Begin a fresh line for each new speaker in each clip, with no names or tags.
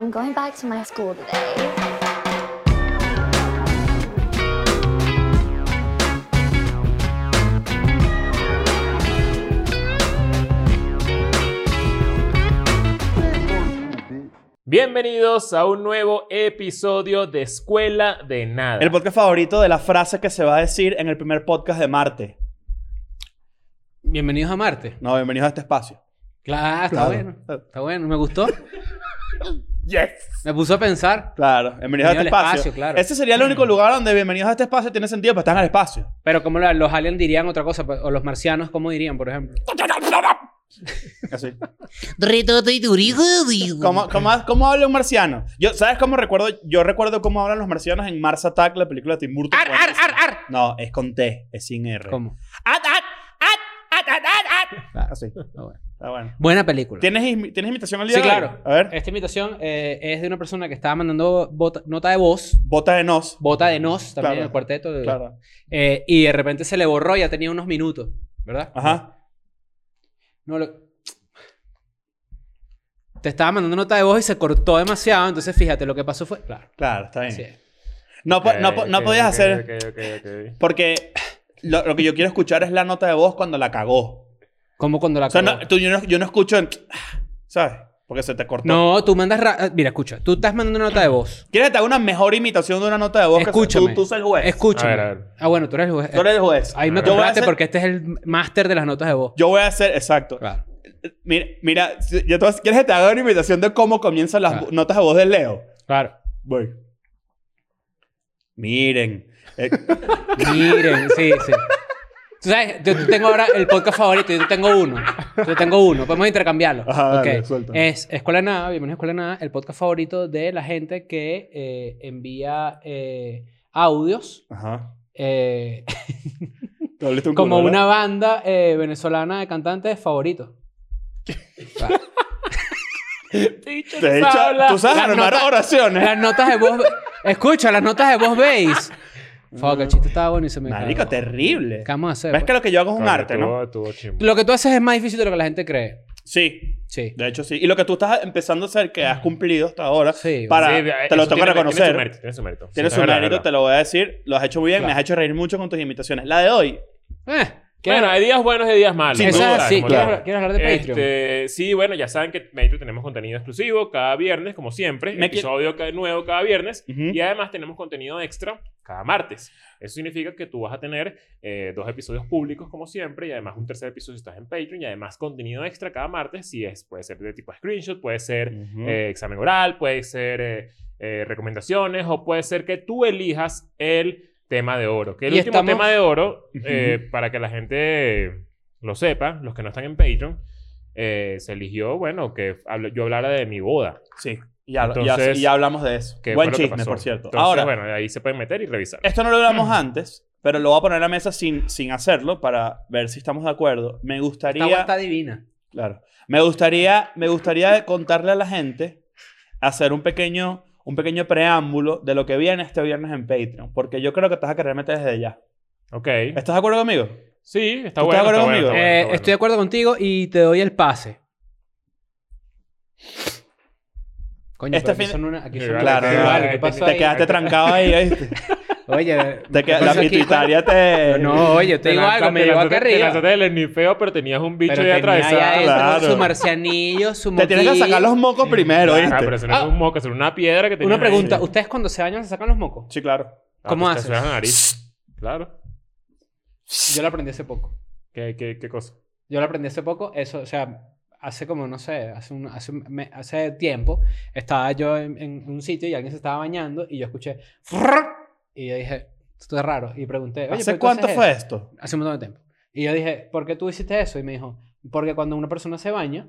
I'm going back to my school today.
Bienvenidos a un nuevo episodio de Escuela de Nada.
El podcast favorito de la frase que se va a decir en el primer podcast de Marte.
Bienvenidos a Marte.
No, bienvenidos a este espacio.
Claro, está
Claro.
Ah, bueno. Está bueno, me gustó.
Yes.
Me puso a pensar.
Claro, bienvenidos a este
Bienvenido al
espacio.
espacio, claro.
Ese sería el único lugar donde bienvenidos a este espacio tiene sentido, pero están en el espacio.
Pero como los aliens dirían otra cosa, pues, o los marcianos, ¿cómo dirían, por ejemplo?
Así.
Retrato y durijo, digo.
¿Cómo, cómo, cómo habla un marciano? Yo, ¿Sabes cómo recuerdo? Yo recuerdo cómo hablan los marcianos en Mars Attack, la película de Tim Burton.
¡Ar, ar, ar, ar!
No, es con T, es sin R.
¿Cómo?
¡At, at, at, at, at, at, at! Ah, Así. Está
bueno.
bueno.
Buena película.
¿Tienes, im- ¿Tienes imitación al día
Sí,
de hoy?
claro.
A ver.
Esta invitación eh, es de una persona que estaba mandando bota- nota de voz,
Bota de nos.
bota de nos, también
Claro.
en el cuarteto. de-
Claro.
eh, y de repente se le borró, ya tenía unos minutos, ¿verdad?
Ajá.
No, lo- Te estaba mandando nota de voz y se cortó demasiado, entonces fíjate, lo que pasó fue... Claro,
Claro, está bien.
así es.
No, po- no, po- no podías hacer.
Ok, ok, ok.
Porque lo, lo que yo quiero escuchar es la nota de voz cuando la cagó.
Como cuando la...
O sea, no-
cagó.
tú- yo, no, yo no escucho en. ¿Sabes? Porque se te cortó.
No, tú mandas. ra- ah, Mira, escucha, tú estás mandando una nota de voz.
¿Quieres que te haga una mejor imitación de una nota de voz? que se-
Escúchame.
tú, tú seas el juez.
A ver, a
Escucha.
ver.
Ah, bueno, tú eres el juez.
tú eres el juez.
Ahí me
yo, voy a
compraste
hacer,
porque este es el máster de las notas de voz.
yo voy a hacer. Exacto.
Claro.
Mira, mira si- yo te voy a- ¿quieres que te haga una imitación de cómo comienzan las
Claro.
vo- notas de voz de Leo?
Claro.
Voy. Miren. Eh,
Miren, sí, sí. Tú sabes, yo tengo ahora el podcast favorito, yo tengo uno. Yo tengo uno, podemos intercambiarlo.
Ajá, dale,
Ok.
suelta.
Es Escuela de Nada, bienvenido a Escuela de Nada, el podcast favorito de la gente que eh, envía eh, audios.
Ajá.
eh,
Te abriste un
como
culo, ¿verdad?
una banda eh, venezolana de cantantes favoritos.
De hecho, tú sabes
Las
armar
notas-
oraciones.
Las notas de voz. Escucha, las notas de voz veis. Fuck, el chiste estaba bueno y se me
Marico,
cagó.
terrible.
¿Qué vamos a hacer?
¿Ves que
pues?
lo que yo hago es un
Coño,
arte, no?
estuvo- estuvo chimbo.
Lo que tú haces es más difícil de lo que la gente cree.
Sí,
Sí.
de hecho sí. Y lo que tú estás empezando a hacer, que has cumplido hasta ahora,
Sí,
para,
Sí, eh,
te lo
eso
tengo
tiene- Tiene
que
su
reconocer.
mérito. Tiene su mérito,
Tienes un mérito, te lo voy a decir. Lo has hecho muy bien, me
Claro.
has hecho reír mucho con tus imitaciones. La de hoy,
Eh, ¿quieres,
Bueno, hay días buenos y días malos.
Sin
¿no?
esa-
duda,
Como
sí,
tal.
¿quieres, hablar- quieres hablar de Patreon?
Este, sí, bueno, ya saben que en Patreon tenemos contenido exclusivo cada viernes, como siempre.
Me qui-
episodio ca- nuevo cada viernes.
Ujú.
¿Mm?
Y además tenemos contenido extra cada martes. Eso significa que tú vas a tener eh, dos episodios públicos, como siempre, y además un tercer episodio si estás en Patreon. Y además contenido extra cada martes. Si es, puede ser de tipo screenshot, puede ser
Ujú.
eh, examen oral, puede ser eh, eh, recomendaciones o puede ser que tú elijas el tema de oro. Que el
Y
último
estamos-
tema de oro, eh, para que la gente lo sepa, los que no están en Patreon, eh, se eligió, bueno, que hablo- yo hablara de mi boda.
sí, ya, ya-
Entonces,
y ya hablamos de eso.
Que
Buen
fue lo que
chisme,
pasó.
por cierto.
Entonces,
ahora,
bueno, ahí se pueden meter y revisar.
esto no lo hablamos antes, pero lo voy a poner a mesa sin, sin hacerlo para ver si estamos de acuerdo. Me
Esta agua
gustaría...
está divina.
Claro. Me gustaría, me gustaría contarle a la gente, hacer un pequeño, un pequeño preámbulo de lo que viene este viernes en Patreon, porque yo creo que te vas a querer meter desde ya.
Ok.
¿Estás de acuerdo conmigo?
Sí, está
¿Tú
bueno.
estás de acuerdo
está bueno,
conmigo?
está bueno,
Eh,
está bueno.
Estoy de acuerdo contigo y te doy el pase. Coño,
Este
pero aquí
fin-
son una- aquí
Sí,
son
vale,
una-
Claro,
sí,
no,
vale,
no,
¿qué
te-
pasó
te
ahí?
quedaste trancado ahí, ¿oíste?
Oye,
Te queda- la pituitaria te...
No, oye, te digo algo, me llevó acá
lanzaste- Te
arriba.
lanzaste del nifeo, pero tenías un bicho
Pero
ahí
tenía ya
atravesado.
adentro
claro.
su marcianillo, su
te tienes que
moquillo.
sacar los mocos primero, ¿oíste?
Ah, pero eso no es
Ah.
un moco, eso es una piedra que tenías
Una
ahí.
pregunta, ¿ustedes cuando se bañan se sacan los mocos?
Sí, claro.
Ah,
¿Cómo
pues te
haces?
sudas la nariz. Claro.
Yo lo aprendí hace poco.
¿Qué, qué, qué cosa?
Yo lo aprendí hace poco, eso, o sea, hace como, no sé, hace, un- hace, un me- hace tiempo, estaba yo en, en un sitio y alguien se estaba bañando y yo escuché "Frrrr", y yo dije, esto es raro, y pregunté, "Oye, ¿pero
¿Hace
tú haces
cuánto
eso?".
fue esto?
Hace un montón de tiempo. Y yo dije, ¿por qué tú hiciste eso? Y me dijo, porque cuando una persona se baña,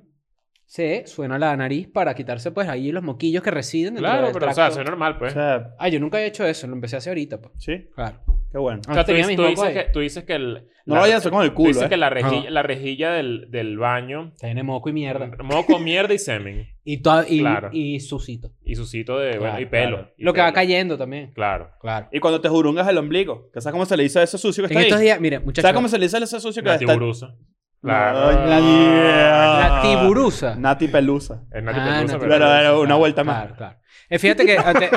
se suena la nariz para quitarse pues ahí los moquillos que residen dentro
Claro,
del
pero o sea,
tracto".
eso es normal,
O
pues.
sea,
Ah, yo nunca había hecho eso, lo empecé a hacer ahorita, pues.
sí,
Claro.
qué bueno.
O sea, tú,
tenía
dices,
mis
tú
mocos
dices
ahí.
que, tú dices que el...
No
la-
lo vayas a hacer con el
Tú
culo,
dices
¿eh?
que la rejilla,
Ajá.
la rejilla del, del baño...
Tiene moco y mierda.
Moco, mierda y semen.
Y, toda- y,
Claro.
y sucito.
Y sucito de... bueno,
Claro,
y pelo.
claro.
y
Lo que va
pelo.
cayendo también.
Claro.
Claro.
Y cuando te jurungas el ombligo, que ¿sabes cómo se le dice a ese sucio que
En
está
estos
ahí?
días, mire, muchachos.
¿Sabes cómo se le dice a ese sucio que
Una
está
tiburuza. Claro.
Ah, yeah.
La tiburusa.
Nati Pelusa.
Es Eh, Nati
Ah,
Pelusa,
Nati
pero-
Pero era una
claro,
vuelta más.
Claro, claro. Eh, fíjate que ante-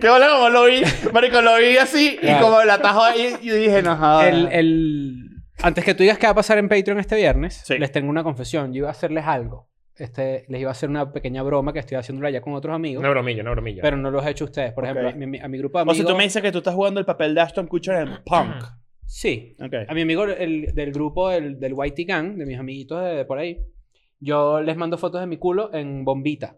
Qué hola como lo vi. Marico, lo vi así y
Claro.
como el atajo ahí y dije, no jodas.
el- el- antes que tú digas qué va a pasar en Patreon este viernes,
Sí.
les tengo una confesión. Yo iba a hacerles algo. Este, les iba a hacer una pequeña broma que estoy haciendo ya con otros amigos,
Una bromilla, una bromilla.
pero no los he hecho ustedes. Por
Ok.
ejemplo, a mi- a mi, a mi grupo
O
de amigos.
sea, tú me dices que tú estás jugando el papel de Ashton Kutcher en Punk.
Sí.
Ok.
A mi amigo el- del grupo del, del Whitey Gang, de mis amiguitos de, por ahí, yo les mando fotos de mi culo en bombita,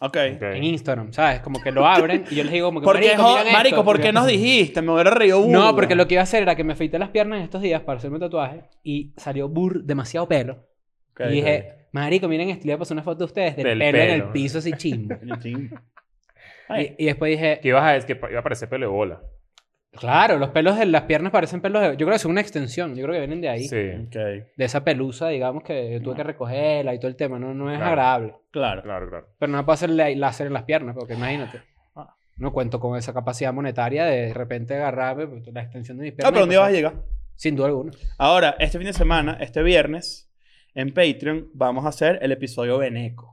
Ok.
Ok.
en Instagram, ¿sabes? Como que lo abren y yo les digo como que,
¿Por qué,
marico,
jo-
miren esto",
Marico, ¿por
porque-
qué nos dijiste? Me hubiera reído burda.
No, porque lo que iba a hacer era que me afeité las piernas en estos días para hacerme tatuaje y salió bur demasiado pelo.
Ok,
y dije, marico, miren esto, le voy a pasar una foto de ustedes del,
Del
pelo, en el
pelo.
piso así chimbo.
ok.
y, y después dije,
Que ibas a es que pa- iba a parecer pelo de bola.
claro, los pelos de las piernas parecen pelos de... Yo creo que son una extensión, yo creo que vienen de ahí.
Sí,
Ok.
de esa pelusa, digamos, que tuve
Ah.
que recogerla y todo el tema. No, no es
Claro.
agradable.
Claro.
claro, claro.
Pero no me puedo hacerle láser en las piernas, porque imagínate.
Ah.
No cuento con esa capacidad monetaria de, de repente agarrarme pues, la extensión de mis piernas.
Ah, pero un
y
día vas a
pasar-
llegar.
Sin duda alguna.
Ahora, este fin de semana, este viernes, en Patreon, vamos a hacer el episodio Beneco.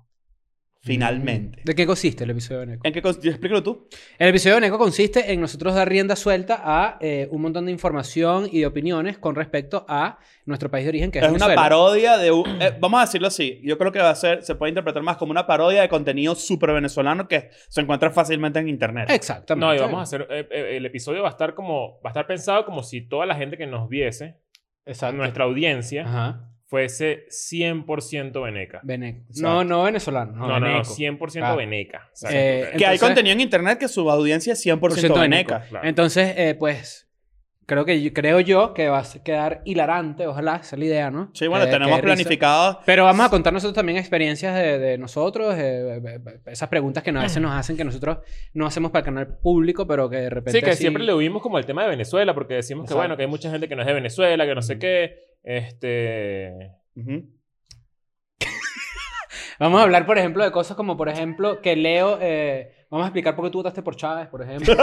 Finalmente.
¿De qué consiste el episodio de Neko?
¿En qué consiste? Explícalo tú.
El episodio de Neko consiste en nosotros dar rienda suelta a eh, un montón de información y de opiniones con respecto a nuestro país de origen, que es,
Es una
Venezuela.
parodia de... un- eh, vamos a decirlo así. Yo creo que va a ser... Se puede interpretar más como una parodia de contenido súper venezolano que se encuentra fácilmente en internet.
Exactamente.
No, y vamos a hacer. eh, eh, el episodio va a estar como. Va a estar pensado como si toda la gente que nos viese,
Exacto.
nuestra audiencia,
Ajá.
fuese 100% veneca.
Veneco.
Exacto.
No, no venezolano. No,
No, no, no,
veneco.
100%
Claro.
veneca.
Sí. Eh,
Ok.
que hay
Entonces-
contenido en internet que su audiencia es 100%
de
veneca.
Claro.
Entonces, eh, pues, creo que creo yo que va a quedar hilarante, ojalá, esa es la idea, ¿no?
Sí, bueno,
Que-
tenemos
que Eh, risa.
planificado...
Pero vamos a contar nosotros también experiencias de, de nosotros, eh, eh, eh, esas preguntas que a veces nos hacen que nosotros no hacemos para el canal público, pero que de repente...
Sí, que
así-
siempre le huimos como el tema de Venezuela, porque decimos que
Exacto. Mm.
bueno, que hay mucha gente que no es de Venezuela, que no sé
Ujú.
qué. Este.
Ujú.
Vamos a hablar, por ejemplo, de cosas como, por ejemplo, que Leo... eh, vamos a explicar por qué tú votaste por Chávez, por ejemplo.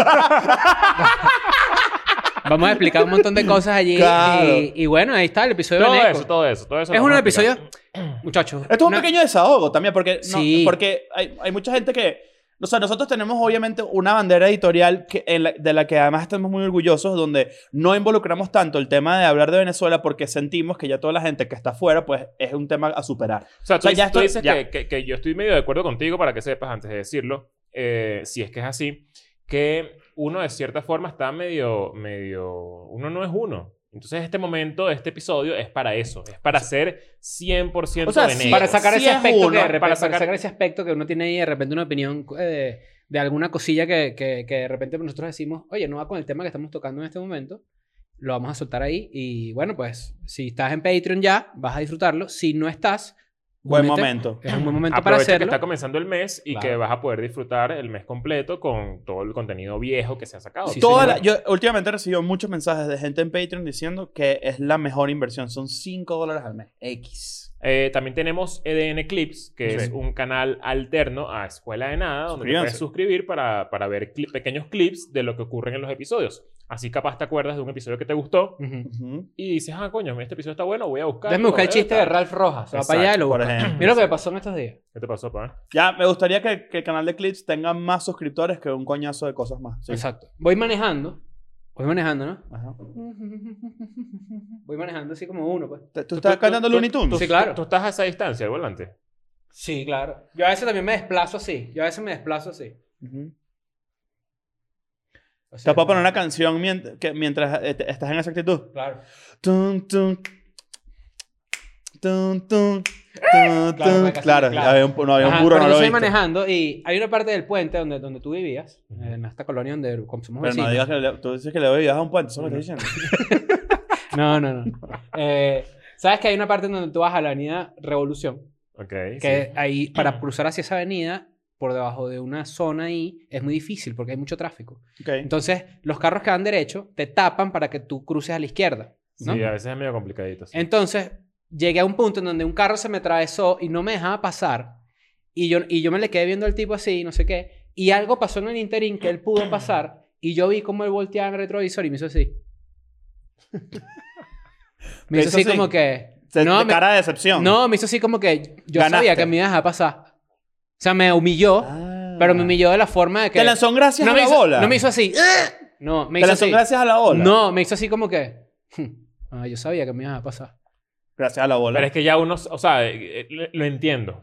vamos a explicar un montón de cosas allí.
Claro.
Y, y bueno, ahí está el episodio
Todo
de Veneco.
eso, todo eso, todo eso.
Es
lo
un
vamos a explicar.
episodio... Muchachos.
Esto es un
una-
pequeño desahogo también, porque, no,
Sí.
porque hay, hay mucha gente que... O sea, nosotros tenemos obviamente una bandera editorial que, en la- de la que además estamos muy orgullosos, donde no involucramos tanto el tema de hablar de Venezuela porque sentimos que ya toda la gente que está afuera, pues es un tema a superar.
O sea, tú,
O sea, ya
dices- tú
estoy-
dices
ya.
Que, que- que yo estoy medio de acuerdo contigo para que sepas antes de decirlo, eh, si es que es así, que uno de cierta forma está medio, medio, uno no es uno. Entonces este momento, este episodio es para eso, es para ser 100%
O sea,
veneco.
sí,
para sacar
sí
ese
es
aspecto
uno,
que de repente,
para
para
sacar-
sacar ese aspecto que uno tiene ahí de repente una opinión eh, de, alguna cosilla que, que, que de repente nosotros decimos oye no va con el tema que estamos tocando en este momento lo vamos a soltar ahí y bueno pues si estás en Patreon ya vas a disfrutarlo si no estás
Buen
obviamente,
momento.
es un buen momento para
Aprovecha que
hacerlo
está comenzando el mes y
Claro.
que vas a poder disfrutar el mes completo con todo el contenido viejo que se ha sacado.
Sí,
Toda la-
señor.
yo últimamente he recibido muchos mensajes de gente en Patreon diciendo que es la mejor inversión. Son 5 dólares al mes. X.
Eh, también tenemos EDN Clips, que
Sí.
es un canal alterno a Escuela de Nada, donde te
Suscríbanse.
puedes suscribir para, para ver cli- pequeños clips de lo que ocurre en los episodios. Así capaz te acuerdas de un episodio que te gustó
Ujú.
Ujú.
y dices, ah, coño, este episodio está bueno, voy a buscar.
déjame buscar el chiste de Ralph Rojas va para allá y lo
Por
busca.
ejemplo.
mira lo que me pasó en estos días
¿Qué te pasó, pa?
Ya, me gustaría que, que el canal de Clips tenga más suscriptores que un coñazo de cosas más. Sí.
exacto voy manejando voy manejando no
Ajá.
voy manejando así como uno pues
¿Tú, estás
tú-
cantando
tú-
Looney
tú-
Tunes?
Sí, claro.
Tú, tú estás a esa distancia del volante.
Sí, claro. Yo a veces también me desplazo así. Yo a veces me desplazo así.
Ujú.
O sea,
Te puedo poner una canción mient- que mientras eh, te- estás en esa actitud.
Claro.
Tun, tun, tun, tun, tun, tun.
porque así,
Claro,
claro.
había un, no había un
Ajá,
burro,
pero
no
yo
lo
estoy
viste.
manejando y hay una parte del puente donde, donde tú vivías, eh,
Ujú.
en esta colonia donde como somos
Pero no
vecinos.
digas que le- tú dices que le doy viajes a un puente, eso me estás diciendo.
No, no, no. Eh, Sabes que hay una parte donde tú vas a la avenida Revolución,
Ok.
que ahí para cruzar hacia esa avenida, por debajo de una zona ahí, es muy difícil porque hay mucho tráfico.
Ok.
Entonces, los carros que van derecho te tapan para que tú cruces a la izquierda.
sí.
¿no?
Sí, a veces es medio complicadito. sí.
Entonces, llegué a un punto en donde un carro se me atravesó y no me dejaba pasar. Y yo, y yo me le quedé viendo al tipo así, no sé qué. Y algo pasó en el interín que él pudo pasar. Y yo vi cómo él volteaba en el retrovisor y me hizo así. Me
De
hizo
hecho,
así
sí.
como que.
Se-
no,
de
me,
cara de decepción.
no, me hizo así como que yo sabía
Ganaste.
que me iba a dejar pasar. O sea, me humilló,
Ah.
pero me humilló de la forma de que.
Te lanzó en gracias
no
a
me
la
hizo,
bola. ¿Eh?
No me hizo así. "Ah". No, me
Te
hizo
lanzó
así.
en gracias a la bola.
No, me hizo así como que. "Hm, ah, yo sabía que me ibas a pasar.
Gracias a la bola.
Pero es que ya uno, o sea, eh, eh, lo- lo entiendo.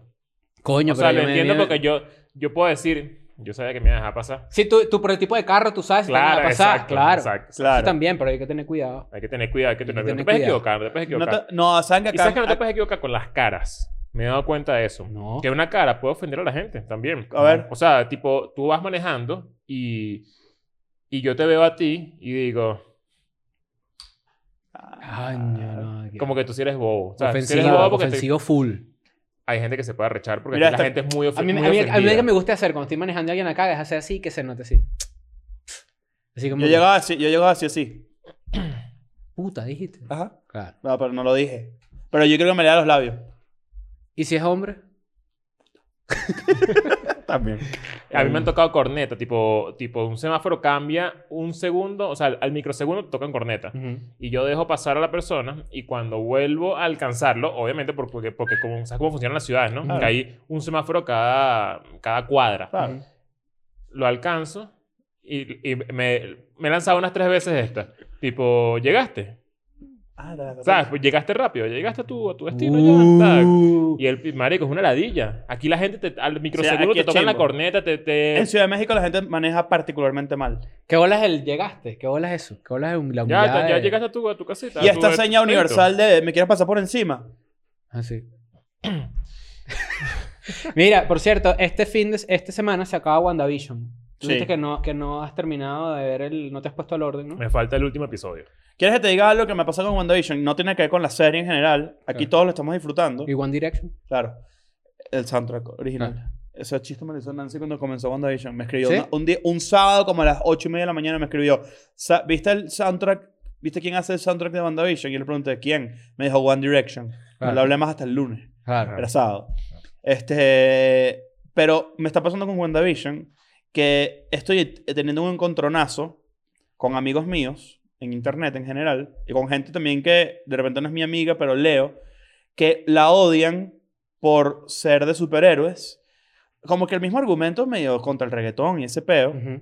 Coño,
o sea,
pero
lo
yo me-
entiendo
me-
porque yo, yo puedo decir, yo sabía que me iba a dejar pasar.
Sí, tú, tú por el tipo de carro tú sabes que me iba a pasar.
exacto,
claro.
exacto.
Eso
Claro.
también, pero hay que tener cuidado.
Hay que tener cuidado, hay que
Hay que
tener cuidado. No te
tener
puedes
cuidado.
equivocar, no te puedes
No,
equivocar.
te- no, saben
Y
que acá.
sabes que no te
a-
puedes equivocar con las caras. Me he dado cuenta de eso.
No.
Que una cara puede ofender a la gente también.
A ver.
O sea, tipo, tú vas manejando y, y yo te veo a ti y digo,
Ah,
Ay, no, no, que-
como que tú sí eres bobo. O sea, sí eres
ofensivo,
bobo porque te-
ofensivo full.
hay gente que se puede arrechar porque
Mira,
aquí la
esta-
gente es muy, ofe-
A mí, a
muy
mí- a mí lo
ofendida.
que me gusta hacer cuando estoy manejando a alguien acá es hacer así que se note así. Así como.
Yo llegaba así, yo llegaba así, así.
Puta, dijiste.
Ajá.
Claro.
No, pero no lo dije. Pero yo creo que me lea los labios.
¿Y si es hombre?
También.
A mí
Em.
me han tocado corneta, tipo, tipo un semáforo cambia un segundo, o sea, al microsegundo te tocan corneta. Y yo dejo pasar a la persona y cuando vuelvo a alcanzarlo, obviamente por- porque, porque como, sabes cómo funcionan las ciudades, ¿no?
Claro.
Que hay un semáforo cada, cada cuadra.
Claro.
Lo alcanzo y, y me, me he lanzado unas tres veces esta. Tipo, llegaste.
Ah, de la-
¿Sabes? Pues llegaste rápido, llegaste a tu, a tu destino
Uh.
ya. tal. Y el y, marico es una ladilla. Aquí la gente te- al microsegundo
aquí
te
es
tocan la
chimbo.
corneta, te, te-
En Ciudad de México la gente maneja particularmente mal.
¿Qué bola es el llegaste? ¿Qué bola es eso? ¿Qué bola es un- la
Ya,
humillada?
ya, ya
de-
llegaste a tu, a tu casita.
Y
a tu-
esta
a tu
seña
pleito.
universal de me quieres pasar por encima.
Ah, sí. Mira, por cierto, este fin de esta semana se acaba WandaVision. Tú
Sí.
dijiste que no, que no has terminado de ver el. No te has puesto al orden, ¿no?
Me falta el último episodio.
¿Quieres que te diga algo que me pasó con WandaVision? No tiene que ver con la serie en general. Aquí
Claro.
todos lo estamos disfrutando.
¿Y One Direction?
Claro. El soundtrack original. Ese chiste me lo hizo Nancy cuando comenzó WandaVision. Me escribió
¿Sí?
una- un, día, un sábado como a las 8 y media de la mañana. Me escribió, "Sa- ¿viste el soundtrack? ¿Viste quién hace el soundtrack de WandaVision? Y yo le pregunté, ¿quién? Me dijo One Direction. No
Claro.
lo hablé más hasta el lunes.
Claro.
Era sábado. Este, pero me está pasando con WandaVision que estoy teniendo un encontronazo con amigos míos en internet en general y con gente también que de repente no es mi amiga, pero leo, que la odian por ser de superhéroes. Como que el mismo argumento medio contra el reggaetón y ese peo.
Ujú.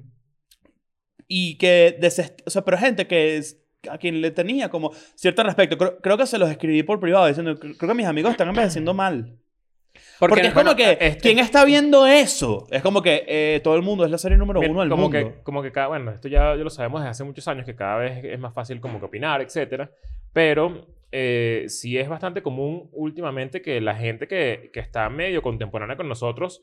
Y que, desest- o sea, pero gente que es, a quien le tenía como cierto respeto. Creo, creo que se los escribí por privado diciendo, creo que mis amigos están envejeciendo mal. Porque, es como
bueno,
que,
este-
¿quién está viendo eso? Es como que eh, todo el mundo es la serie número
Mira,
uno del
como
mundo.
Que, como que cada, bueno, esto ya, ya lo sabemos desde hace muchos años, que cada vez es más fácil como que opinar, etcétera. Pero eh, sí es bastante común últimamente que la gente que, que está medio contemporánea con nosotros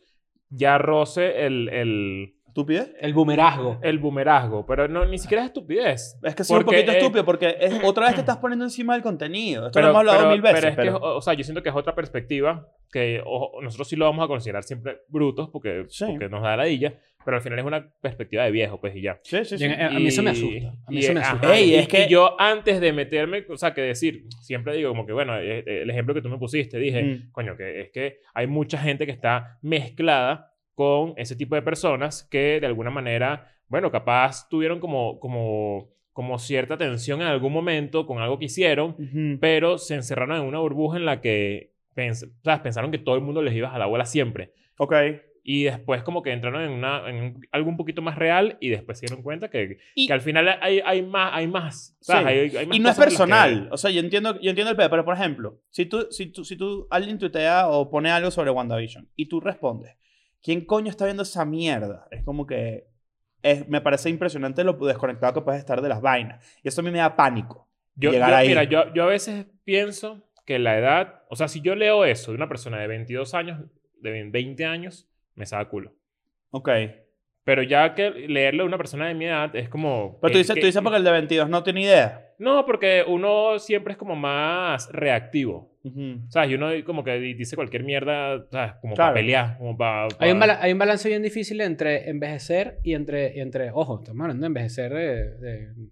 ya roce el, el,
¿Estupidez?
El boomerazgo.
el boomerazgo. Pero no, ni siquiera es estupidez.
Es que sí, un
Porque,
poquito
eh,
estúpido porque es, otra vez te estás poniendo encima del contenido. Esto lo hemos hablado mil veces.
Pero es
pero-
que, o, o sea, yo siento que es otra perspectiva que ojo, nosotros sí lo vamos a considerar siempre brutos porque,
Sí.
porque nos da la pero al final es una perspectiva de viejo, pues y ya.
Sí, sí, sí.
Llega- Eh, A mí eso me asusta. A mí
y-
eso me
ajá,
asusta.
Ey,
y-
es que-
y yo antes de meterme, o sea, que decir, siempre digo como que, bueno, eh, eh, el ejemplo que tú me pusiste, dije,
Mm.
coño, que es que hay mucha gente que está mezclada con ese tipo de personas que de alguna manera, bueno, capaz tuvieron como, como, como cierta tensión en algún momento con algo que hicieron,
Ujú.
pero se encerraron en una burbuja en la que pens- o sea, pensaron que todo el mundo les iba a la bola siempre.
Ok.
Y después como que entraron en, una, en un- algo un poquito más real y después se dieron cuenta que,
Y-
que al final hay, hay más, hay más.
Sí.
¿sabes? Hay- hay más
Y no es
cosas por las que-
personal. O sea, yo entiendo, yo entiendo el pedo, pero por ejemplo, si tú, si tú, si tú alguien tuitea o pone algo sobre WandaVision y tú respondes, ¿quién coño está viendo esa mierda? Es como que es- me parece impresionante lo desconectado que puedes estar de las vainas. Y eso a mí me da pánico.
Yo,
llegar
yo-
ahí.
Mira, yo, yo a veces pienso que la edad, o sea, si yo leo eso de una persona de 22 años, de 20 años, me saca culo.
Ok.
Pero ya que leerlo de una persona de mi edad es como...
Pero tú
Eh,
que-
dices,
que-
tú dices porque el de 22 no tiene idea.
No, porque uno siempre es como más reactivo. ¿Sabes? Y uno como que di- dice cualquier mierda, ¿sabes? Como
Claro.
para pelear, como para...
Hay un, bala- hay un balance bien difícil entre envejecer y entre, y entre ojo, estamos hablando de envejecer de... de-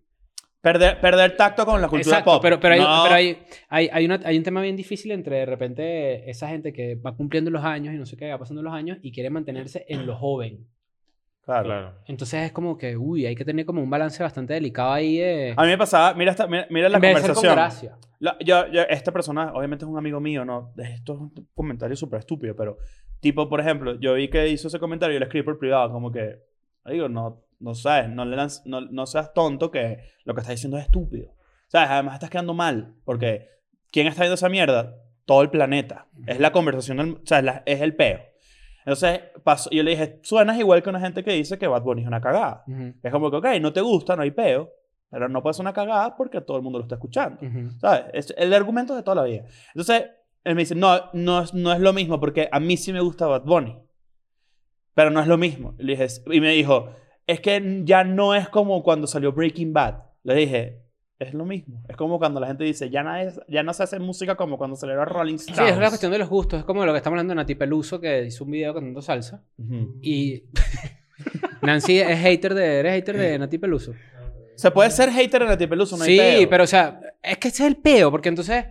Perder, perder tacto con la cultura
Exacto,
pop.
pero, pero, hay,
No.
pero hay, hay, hay, una- hay un tema bien difícil entre de repente esa gente que va cumpliendo los años y no sé qué, va pasando los años y quiere mantenerse en lo joven.
Claro.
Claro.
Entonces es como que, uy, hay que tener como un balance bastante delicado ahí de...
A mí me pasaba, mira, esta, mira, mira la
en vez de ser con
conversación.
gracia.
La- yo- yo- esta persona, obviamente, es un amigo mío, ¿no? Esto es un comentario súper estúpido, pero, tipo, por ejemplo, yo vi que hizo ese comentario y le escribí por privado, como que, digo, no, no sabes, no, le lanz- no, no seas tonto que lo que estás diciendo es estúpido. ¿Sabes? Además, estás quedando mal, porque ¿quién está viendo esa mierda? Todo el planeta. Es la conversación, del- o sea, es, la- es el peo. Entonces, pasó, yo le dije, suenas igual que una gente que dice que Bad Bunny es una cagada.
Ujú,
Es como que, ok, no te gusta, no hay peo, pero no puedes ser una cagada porque todo el mundo lo está escuchando.
ujú.
¿Sabes? Es el argumento de toda la vida. Entonces, él me dice, no, no, es- no es lo mismo porque a mí sí me gusta Bad Bunny. Pero no es lo mismo. Le dije, "Es-". y me dijo, es que ya no es como cuando salió Breaking Bad. Le dije, es lo mismo. Es como cuando la gente dice, ya, nadie- ya no se hace música como cuando salió Rolling Stones.
Sí, es una cuestión de los gustos. Es como lo que estamos hablando de Nati Peluso, que hizo un video cantando salsa.
Ujú.
Y Nancy es hater de, eres hater de Nati Peluso.
Se puede ser hater de Nati Peluso, no hay
sí,
peo.
pero o sea, es que ese es el peo, porque entonces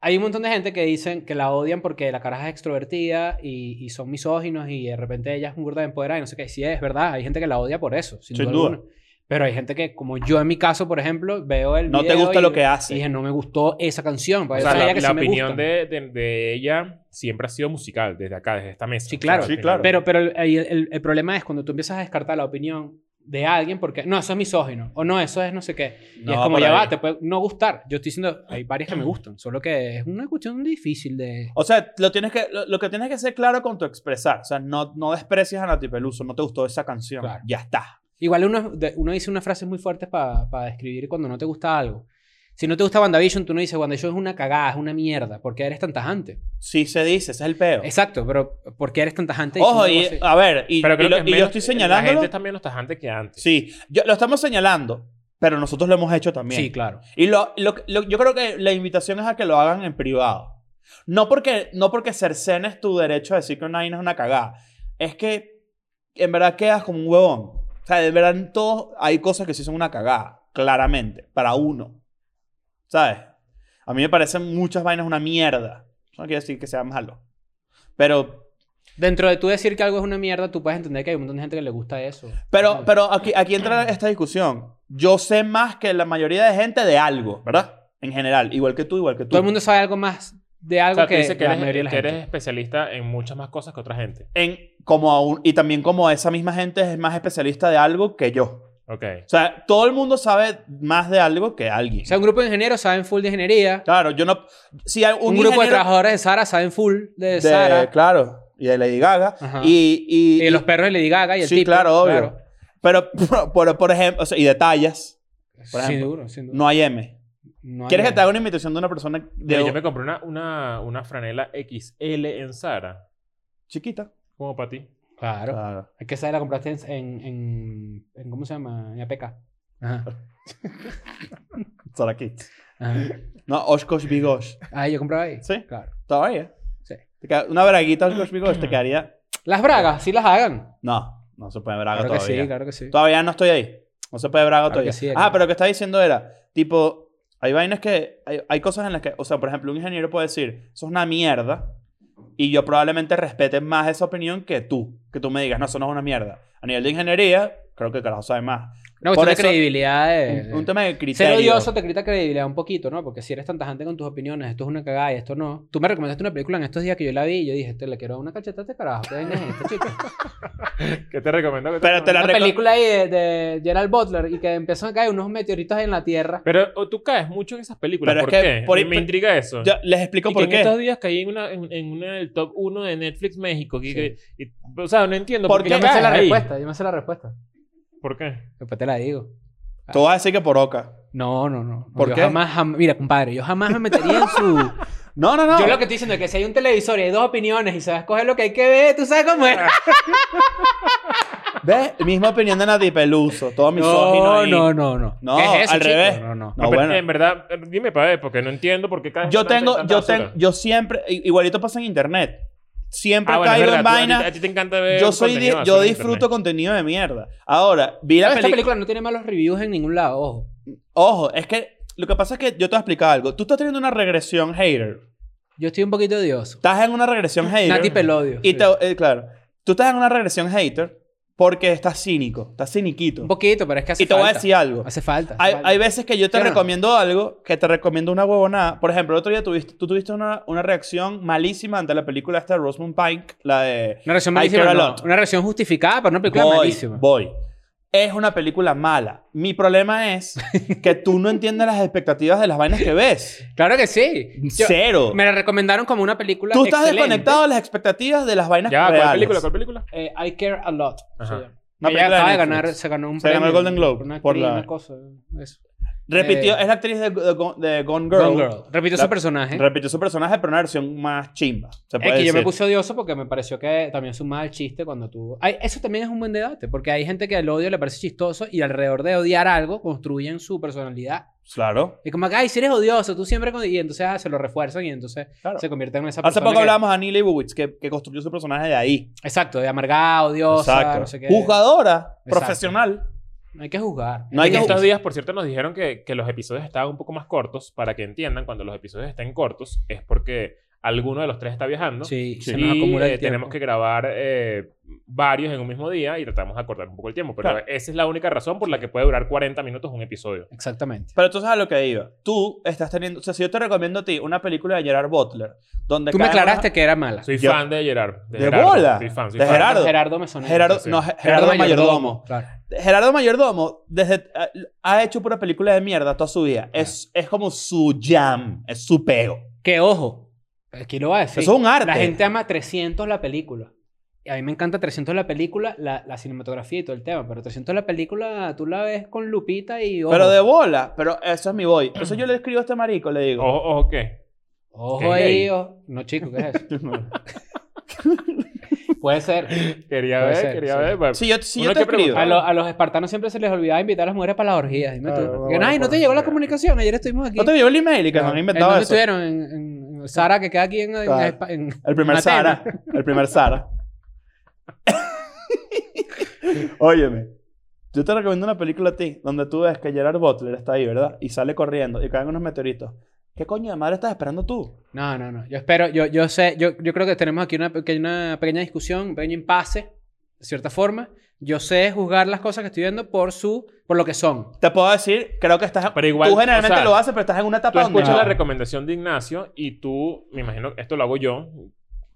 hay un montón de gente que dicen que la odian porque la caraja es extrovertida y, y son misóginos y de repente ella es un gorda de empoderada y no sé qué. Y Sí, es verdad, hay gente que la odia por eso, sin,
Sin
duda.
duda.
alguna. Pero hay gente que, como yo en mi caso, por ejemplo, veo el
No te
video
gusta
y-
lo que hace.
Y dije, no me gustó esa canción.
O
Pues,
sea,
esa es
la,
que
la
sí me
opinión
gusta.
de, de- de ella siempre ha sido musical, desde acá, desde esta mesa.
Sí, claro.
O sea,
Sí, claro.
Pero, pero el, ahí el- el- el problema es cuando tú empiezas a descartar la opinión de alguien porque, no, eso es misógino, o no, eso es no sé qué. Y
No
es
va
como,
por
ya
ahí.
va, te puede no gustar. Yo estoy diciendo, hay varias que me gustan, solo que es una cuestión difícil de...
O sea, lo, tienes que, lo, lo que tienes que ser claro con tu expresar. O sea, no, no desprecies a Nati Peluso, no te gustó esa canción.
Claro.
Ya está.
Igual uno, de- uno dice unas frases muy fuertes para describir cuando no te gusta algo. Si no te gusta WandaVision, tú no dices, WandaVision es una cagada, es una mierda, porque eres tan tajante.
Sí se dice, ese es el peo.
Exacto, pero ¿por qué eres tan tajante?
Ojo,
diciendo
y,
algo así?
a ver, y,
Pero
y
creo
lo-
que es
y yo
menos-
estoy
La gente
señalando.
está menos tajante que antes.
Sí, yo- lo estamos señalando, pero nosotros lo hemos hecho también.
Sí, claro.
Y lo, lo- lo- yo creo que la invitación es a que lo hagan en privado. No porque, no porque cercenes tu derecho a decir que una vaina es una cagada. Es que en verdad quedas como un huevón. O sea, de verdad en todos hay cosas que sí son una cagada, claramente, para uno. ¿Sabes? A mí me parecen muchas vainas una mierda. Eso no quiere decir que sea malo. Pero
Dentro de tú decir que algo es una mierda, tú puedes entender que hay un montón de gente que le gusta eso.
Pero, pero aquí, aquí entra esta discusión. Yo sé más que la mayoría de gente de algo, ¿verdad? En general, igual que tú, igual que tú.
Todo el mundo sabe algo más de
O
algo
sea, tú
que,
dices que
la
eres,
mayoría de la
que
gente.
eres especialista en muchas más cosas que otra gente.
En, como a un- y también como esa misma gente es más especialista de algo que yo.
Ok.
O sea, todo el mundo sabe más de algo que alguien.
O sea, un grupo de ingenieros saben full de ingeniería.
Claro, yo no... Si hay
Un,
un,
grupo de
ingeniero
trabajadores de Sara saben full de,
de-
Sara.
Claro, y de Lady Gaga.
Ajá.
Y, y-
Y de los perros de Lady Gaga y el
Sí,
tipo.
claro, obvio. Pero, por, por- por ejemplo, o sea, y detalles, Por
sin
ejemplo.
duda, sin duda.
no hay M.
No hay
¿Quieres que
nada.
te haga una invitación de una persona de
Mira, yo me compré una, una, una franela XL en Zara.
chiquita?
Como para ti.
Claro.
Claro.
Es que Sara la compraste en, en, en, en- ¿Cómo se llama? En APK. Ajá.
Sara Kids.
Ajá.
No, Oshkosh Bigosh.
Ah, yo compraba ahí.
Sí.
Claro.
Todavía.
Sí.
Te queda- una braguita Oshkosh Bigosh te quedaría.
Las bragas, sí las hagan.
No, no se puede braga
Claro que
todavía.
sí, claro que sí.
Todavía no estoy ahí. No se puede braga
Claro
todavía.
que sí,
ah,
aquí.
pero lo que estaba diciendo era, tipo, hay vainas que. Hay, hay cosas en las que. O sea, por ejemplo, un ingeniero puede decir, eso es una mierda. Y yo probablemente respete más esa opinión que tú. Que tú me digas, no, eso no es una mierda. A nivel de ingeniería, creo que el carajo sabe más.
Una
por
cuestión de
eso-
credibilidad. De,
Un, un tema de criterio.
Ser odioso te quita credibilidad un poquito, ¿no? Porque si eres tan tajante con tus opiniones, esto es una cagada y esto no. Tú me recomendaste una película en estos días que yo la vi y yo dije, te le quiero dar una cachetada a este carajo. ¿Qué vaina es esta, chico?
¿Qué te recomiendo? que
Pero te la
Una
reco-
película ahí de, de Gerald Butler y que empiezan a caer unos meteoritos en la Tierra.
Pero o tú caes mucho en esas películas.
Pero es
¿Por
que
qué?
por-
me, me intriga eso.
Yo les explico
Y
por
que en
qué.
estos días caí en una, en, en una del top 1 de Netflix México. que-
Sí.
que- y- o sea, no entiendo.
¿Por
¿Por qué
qué?
Yo me sé
caes
la
ahí?
respuesta, yo me sé la respuesta.
¿Por qué?
Después te la digo.
Tú vas a decir que por oca.
No, no, no.
¿Por
yo
qué?
Jamás, jam- Mira, compadre, yo jamás me metería en su...
No, no, no.
Yo lo que estoy diciendo es que si hay un televisor y hay dos opiniones y sabes coger lo que hay que ver, tú sabes cómo es.
Ah, ¿Ves? Misma opinión de Nati Peluso. Todo misógino
No,
ahí.
no, no, no.
No,
¿Qué es eso,
al
chico?
revés.
No, no.
No,
No, pero
bueno.
En verdad, eh, dime para ver, porque no entiendo por qué caes
Yo
tanta- en
tengo,
tanta
yo tengo,
basura.
yo siempre, i- igualito pasa en internet. Siempre
Ah, bueno, es
caigo
verdad,
en
tú- a ti- A ti,
vaina.
te encanta ver.
Yo soy, di-
contenido
yo
basura en
disfruto
internet.
contenido de mierda. Ahora, vi la
Esta
película.
película no tiene malos reviews en ningún lado, ojo.
Ojo, es que lo que pasa es que yo te voy a explicar algo. Tú estás teniendo una regresión hater.
Yo estoy un poquito odioso.
Estás en una regresión hater.
Nati Pelodio.
y
sí.
te- eh, claro. Tú estás en una regresión hater porque estás cínico, estás ciniquito.
Un poquito, pero es que hace
Y te voy a
falta.
decir algo.
Hace falta. hace
Hay,
falta.
hay veces que yo te
Claro.
recomiendo algo, que te recomiendo una huevonada. Por ejemplo, el otro día tuviste, tú tuviste una, una reacción malísima ante la película esta de Rosamund Pike, la de...
Una
I
reacción malísima.
care a
no.
lot.
Una reacción justificada, pero una película
Voy,
malísima.
voy. Es una película mala. Mi problema es que tú no entiendes las expectativas de las vainas que ves.
Claro que sí. Yo-
Cero.
Me la recomendaron como una película.
Tú estás
excelente.
desconectado de las expectativas de las vainas
Ya,
reales.
¿cuál película? ¿Cuál película?
Eh, I Care a Lot.
Ajá.
se llama.
Una
Ella
Ah, película de
acaba de
Netflix.
ganar, se ganó un
Se ganó el
premio
Golden Globe
una
por
actriz,
la-
una cosa, eso.
Repitió,
Eh,
es la actriz de, de Go- de Gone Girl.
Gone Girl. Repitió
La-
su personaje.
Repitió su personaje, pero una versión más chimba. Se puede
Es que yo me
decir.
puse odioso porque me pareció que también sumaba el chiste cuando tú... Ay, eso también es un buen debate, porque hay gente que el odio le parece chistoso y alrededor de odiar algo construyen su personalidad.
Claro.
Y como que, ay, si eres odioso, tú siempre... con-". Y entonces ah, se lo refuerzan y entonces
claro.
se convierten en esa persona
Hace poco
que-
hablábamos a Neil Leibowitz, que, que construyó su personaje de ahí.
Exacto, de amargada, odiosa,
Exacto.
no sé qué.
Juzgadora,
Exacto.
profesional.
No hay que juzgar.
No hay
en
que
estos
juzgar.
días, por cierto, nos dijeron que, que los episodios estaban un poco más cortos. Para que entiendan, cuando los episodios estén cortos, es porque alguno de los tres está viajando.
Sí, se
y
nos acumula el
eh, tenemos
tiempo.
que grabar eh, varios en un mismo día y tratamos de acortar un poco el tiempo. Pero
Claro.
esa es la única razón por la que puede durar 40 minutos un episodio.
Exactamente.
Pero entonces a lo que iba. Tú estás teniendo. O sea, si yo te recomiendo a ti una película de Gerard Butler, donde.
Tú me
cada
aclaraste
una-
que era mala.
Soy
Yo-
fan de Gerard.
¿De
Gerardo.
bola?
Soy fan, soy
¿De
fan.
Gerardo?
Gerardo Mesonero.
Gerardo,
Sí.
no, Ge- Gerardo Mayordomo.
Claro.
Gerardo Mayordomo desde, ha- ha hecho pura película de mierda toda su vida.
Ah.
Es, es como su jam, es su pego.
Que ojo, aquí lo voy a decir.
Eso es un arte.
La gente ama 300 la película. Y a mí me encanta 300 la película, la, la cinematografía y todo el tema. Pero 300 la película, tú la ves con Lupita y ojo.
Pero de bola, pero eso es mi boy. Entonces yo le escribo a este marico, le digo.
Ojo, ojo, ¿qué?
Ojo
¿Qué
ahí,
gay?
ojo. No, chico, ¿qué es eso? Puede ser.
Quería
Puede
ver,
ser,
quería
sí.
ver. bueno,
Si yo, si
Uno
yo te
hay que
escribo.
A, lo- a los espartanos siempre se les olvidaba invitar a las mujeres para las orgías. Dime
Claro,
tú.
no,
Que,
bueno,
Ay, no te
por-
llegó la comunicación. Ayer estuvimos aquí.
¿No te llegó el email y que me
Claro.
han
¿En
inventado
dónde
eso?
estuvieron? En, en Sara, que queda aquí en, en-
Claro.
en-
El primer
Matena.
Sara. El primer Sara. Óyeme. Yo te recomiendo una película a ti, donde tú ves que Gerard Butler está ahí, ¿verdad? Y sale corriendo y caen unos meteoritos. ¿Qué coño de madre estás esperando tú?
No, no, no. Yo espero, yo, yo sé, yo, yo creo que tenemos aquí una pequeña, pequeña discusión, un pequeño impasse, de cierta forma. Yo sé juzgar las cosas que estoy viendo por su, por lo que son.
Te puedo decir, creo que estás...
Pero igual,
tú generalmente
o sea,
lo haces, pero estás en una
Tú
etapa donde...
escuchas
no.
la recomendación de Ignacio y tú, me imagino, esto lo hago yo.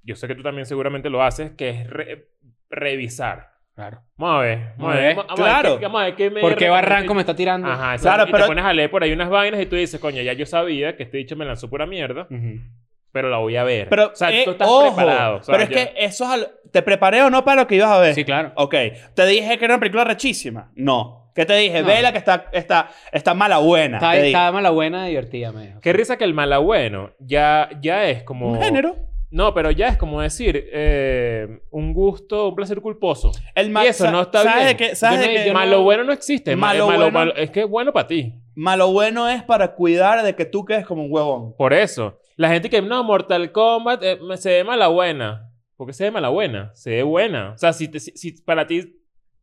Yo sé que tú también seguramente lo haces, que es re- revisar.
Claro.
Vamos a ver. Vamos a ver.
Muy bien,
vamos a ver
claro.
qué- vamos a ver qué me
¿Por qué
recomienda-
Barranco me está tirando?
Ajá, exacto.
Claro,
y
pero-
te pones a leer por ahí unas vainas y tú dices, coño, ya yo sabía que este dicho me lanzó pura mierda,
Ujú.
pero la voy a ver.
Pero,
o sea,
eh,
tú estás
ojo,
preparado. o sea,
pero es
yo-
que eso es a lo- ¿Te preparé o no para lo que ibas a ver?
Sí, claro.
Ok. ¿Te dije que era una película rechísima? No. ¿Qué te dije?
No.
Vela que está, está, está mala buena.
Está,
te dije.
está mala buena, divertida, me dijo.
Qué risa que el malagüeno ya, ya es como...
Un género.
No, pero ya es como decir eh, un gusto, un placer culposo.
El ma-
y eso
sa-
no está
¿sabes
bien.
De qué, ¿Sabes
Yo
de
no-
qué?
yo no-
Malo bueno no existe. Ma-
Malo
malo,
bueno-
malo- es que es bueno para ti.
Malo bueno es para cuidar de que tú quedes como un huevón.
Por eso. La gente que no, Mortal Kombat eh, me- se ve mala buena. ¿Por qué se ve mala buena? Se ve buena. O sea, si, te- si- si para ti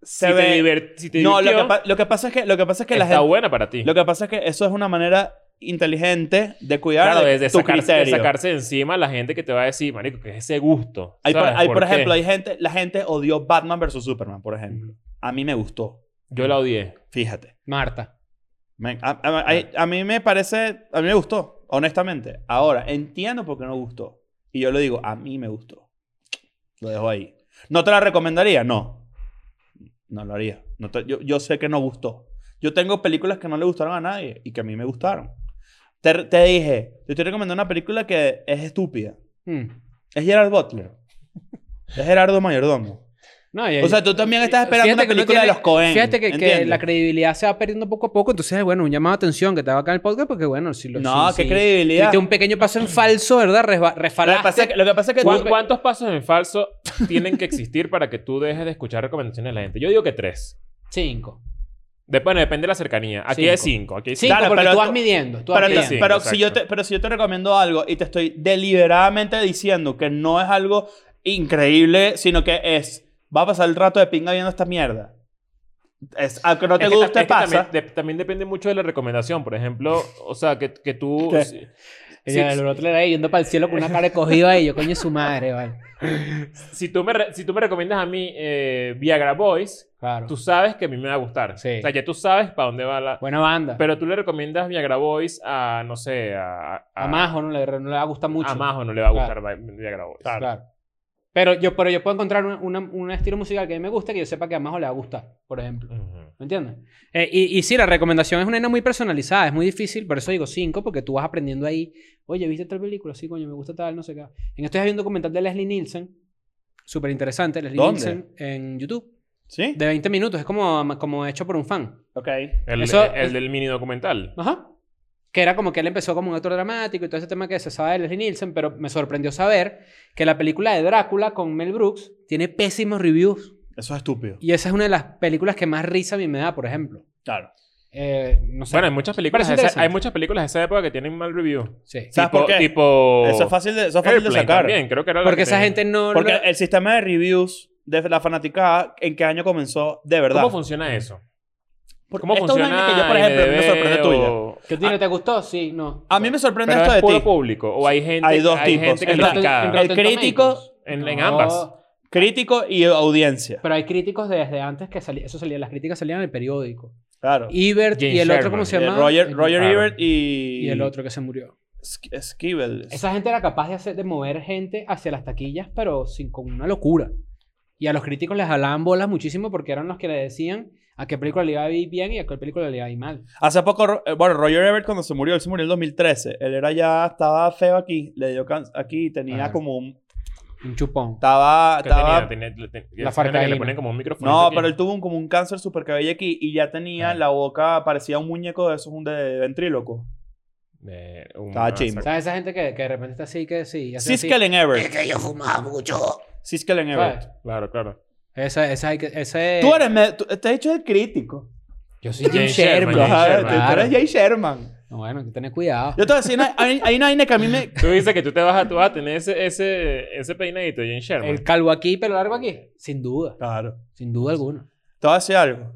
Se
si
ve.
te diver- si te
no, lo
divirtió,
que, pa- lo que pasa es que lo que pasa es que la
está
gente,
buena para ti.
lo que pasa es que eso es una manera inteligente de cuidar
Claro,
de
desde
tu
sacarse, de
criterio.
sacarse encima la gente que te va a decir, marico, que es ese gusto.
hay, por,
¿Sabes
hay,
por
por
qué?
ejemplo, hay gente, la gente odió Batman versus Superman, por ejemplo. A mí me gustó.
Yo la odié.
Fíjate.
Marta.
Me- a, a- a- a mí me parece, a mí me gustó, honestamente. Ahora, entiendo por qué no gustó. Y yo lo digo, a mí me gustó. Lo dejo ahí. ¿No te la recomendaría? No. No lo haría. No te- yo, yo sé que no gustó. Yo tengo películas que no le gustaron a nadie y que a mí me gustaron. Te, te dije, yo te recomiendo una película que es estúpida.
Mm.
Es Gerard Butler. Es Gerardo Mayordomo.
No, y-
O sea, tú también estás esperando
Fíjate
una
que no
película de
tiene-
los Cohen.
Fíjate que, que
¿entiendes?
la credibilidad se va perdiendo poco a poco. Entonces, bueno, un llamado de atención que te hago acá en el podcast porque, bueno, si lo
No,
si-
qué
si-
credibilidad.
diste un pequeño paso en falso, ¿verdad? Resba-
Lo que pasa es
Resfalaste.
que- lo que pasa es que tú-
¿Cuán- ¿Cuántos pasos en falso tienen que existir para que tú dejes de escuchar recomendaciones de la gente? Yo digo que tres.
Cinco.
Dep- bueno, depende de la cercanía. Aquí hay
Cinco.
cinco. Aquí hay
Cinco,
cinco.
Claro,
porque
pero
tú
tú-
vas midiendo. Tú vas
Pero,
Así
te-
es,
midiendo.
pero
exacto.
si yo te, pero si yo te recomiendo algo y te estoy deliberadamente diciendo que no es algo increíble, sino que es, va a pasar el rato de pinga viendo esta mierda. Es, aunque no te
Es que ta-
guste,
es que
pasa.
También, de- también depende mucho de la recomendación. Por ejemplo, o sea, que, que tú...
¿Qué?
si-
Ella,
Sí.
El otro era ahí yendo para el cielo con una cara de cogido ahí. Yo, coño, su madre, vale.
Si tú me, re- si tú me recomiendas a mí eh, Viagra Boys,
Claro.
tú sabes que a mí me va a gustar.
Sí.
O sea, ya tú sabes para dónde va la...
Buena banda.
Pero tú le recomiendas Viagra Boys a, no sé, a... A,
a Majo no le, no le va a gustar mucho.
ah. A Majo no le va a gustar
Claro.
Vi- Viagra Boys.
Claro. Pero, yo, pero yo puedo encontrar una- una- un estilo musical que a mí me gusta que yo sepa que a Majo le va a gustar, por ejemplo.
Ujú.
¿Me entiendes? Eh, y, y sí, la recomendación es una vaina muy personalizada, es muy difícil, por eso digo cinco, porque tú vas aprendiendo ahí. Oye, ¿viste tal película? Sí, coño, me gusta tal, no sé qué. En esto hay un documental de Leslie Nielsen, súper interesante, Leslie
¿Dónde?
Nielsen, en YouTube,
¿Sí?
de 20 minutos, es como, como hecho por un fan.
Ok.
El,
Eso-
el- el del mini documental.
Ajá. Que era como que él empezó como un actor dramático y todo ese tema que se sabe de Leslie Nielsen, pero me sorprendió saber que la película de Drácula con Mel Brooks tiene pésimos reviews.
Eso es estúpido.
Y esa es una de las películas que más risa a mí me da, por ejemplo.
Claro.
Eh, no sé.
Bueno, hay muchas películas,
Parece
de esa-
interesante.
hay muchas películas de esa época que tienen mal review.
Sí.
Tipo-
¿Sabes por qué?
Tipo...
Eso es fácil de, eso es fácil de
Airplane
sacar.
Oh. Eh, también, creo que era la
Porque
que
esa
te-
gente no...
Porque
lo-
el sistema de reviews de la fanaticada, ¿en qué año comenzó de verdad?
¿Cómo funciona eso?
Porque
¿Cómo
esta es una
funciona?
vaina que yo, por ejemplo, a mí me
IMDb
sorprende tuya.
o-
¿Que a ti no te gustó? Sí, no.
A mí me sorprende
Pero
esto de
es puro
ti.
público o hay gente
Hay dos tipos.
gente que
En
es
Rotten-
criticada.
en El crítico-
en- en ambas.
Crítico y audiencia.
Pero hay críticos desde antes que salía, eso salía, las críticas salían en el periódico.
Claro.
Ebert y
James
el otro, ¿cómo
Sherman.
se
Eh,
llama?
Roger, Roger
Claro.
Ebert y...
Y el otro que se murió.
Sk- Skivel.
Esa gente era capaz de, hacer, de mover gente hacia las taquillas, pero sin, con una locura. Y a los críticos les jalaban bolas muchísimo porque eran los que le decían a qué película le iba a ir bien y a qué película le iba a ir mal.
Hace poco, Ro- eh, bueno, Roger Ebert cuando se murió, él se murió en el 2013. Él era ya, estaba feo aquí, le dio can- aquí y tenía
Ajá.
como un...
Un chupón.
Estaba...
¿Qué
estaba
tenía? Tenía- tenía-
La
esa vaina que
farcaína.
le ponen como un micrófono.
no,
aquí.
pero él tuvo un, como un cáncer súper cabello aquí y ya tenía
Ajá.
la boca, parecía un muñeco de esos, un de ventríloco.
Eh, un-
Estaba chimbo.
O sea, esa gente que, que de repente está así que sí. hace así,
Siskelen
Es
Ebert.
que yo fumaba mucho.
Siskelen Ebert.
¿sabes?
Claro, claro.
Esa, esa hay que... Ese,
Tú eres... me- tú- te has hecho el crítico.
Yo soy Jim
James Sherman,
Sherman.
James
Ajá,
Sherman.
tú- Tú eres Jay Sherman.
No, bueno, hay que tener cuidado.
Yo te voy a decir, una- hay, hay una vaina que a mí me...
Tú dices que tú te vas a, tú vas a tener ese, ese, ese peinadito de Jane Sherman.
El calvo aquí, pelo largo aquí. Sin duda.
Claro.
Sin duda alguna.
Te voy a decir algo.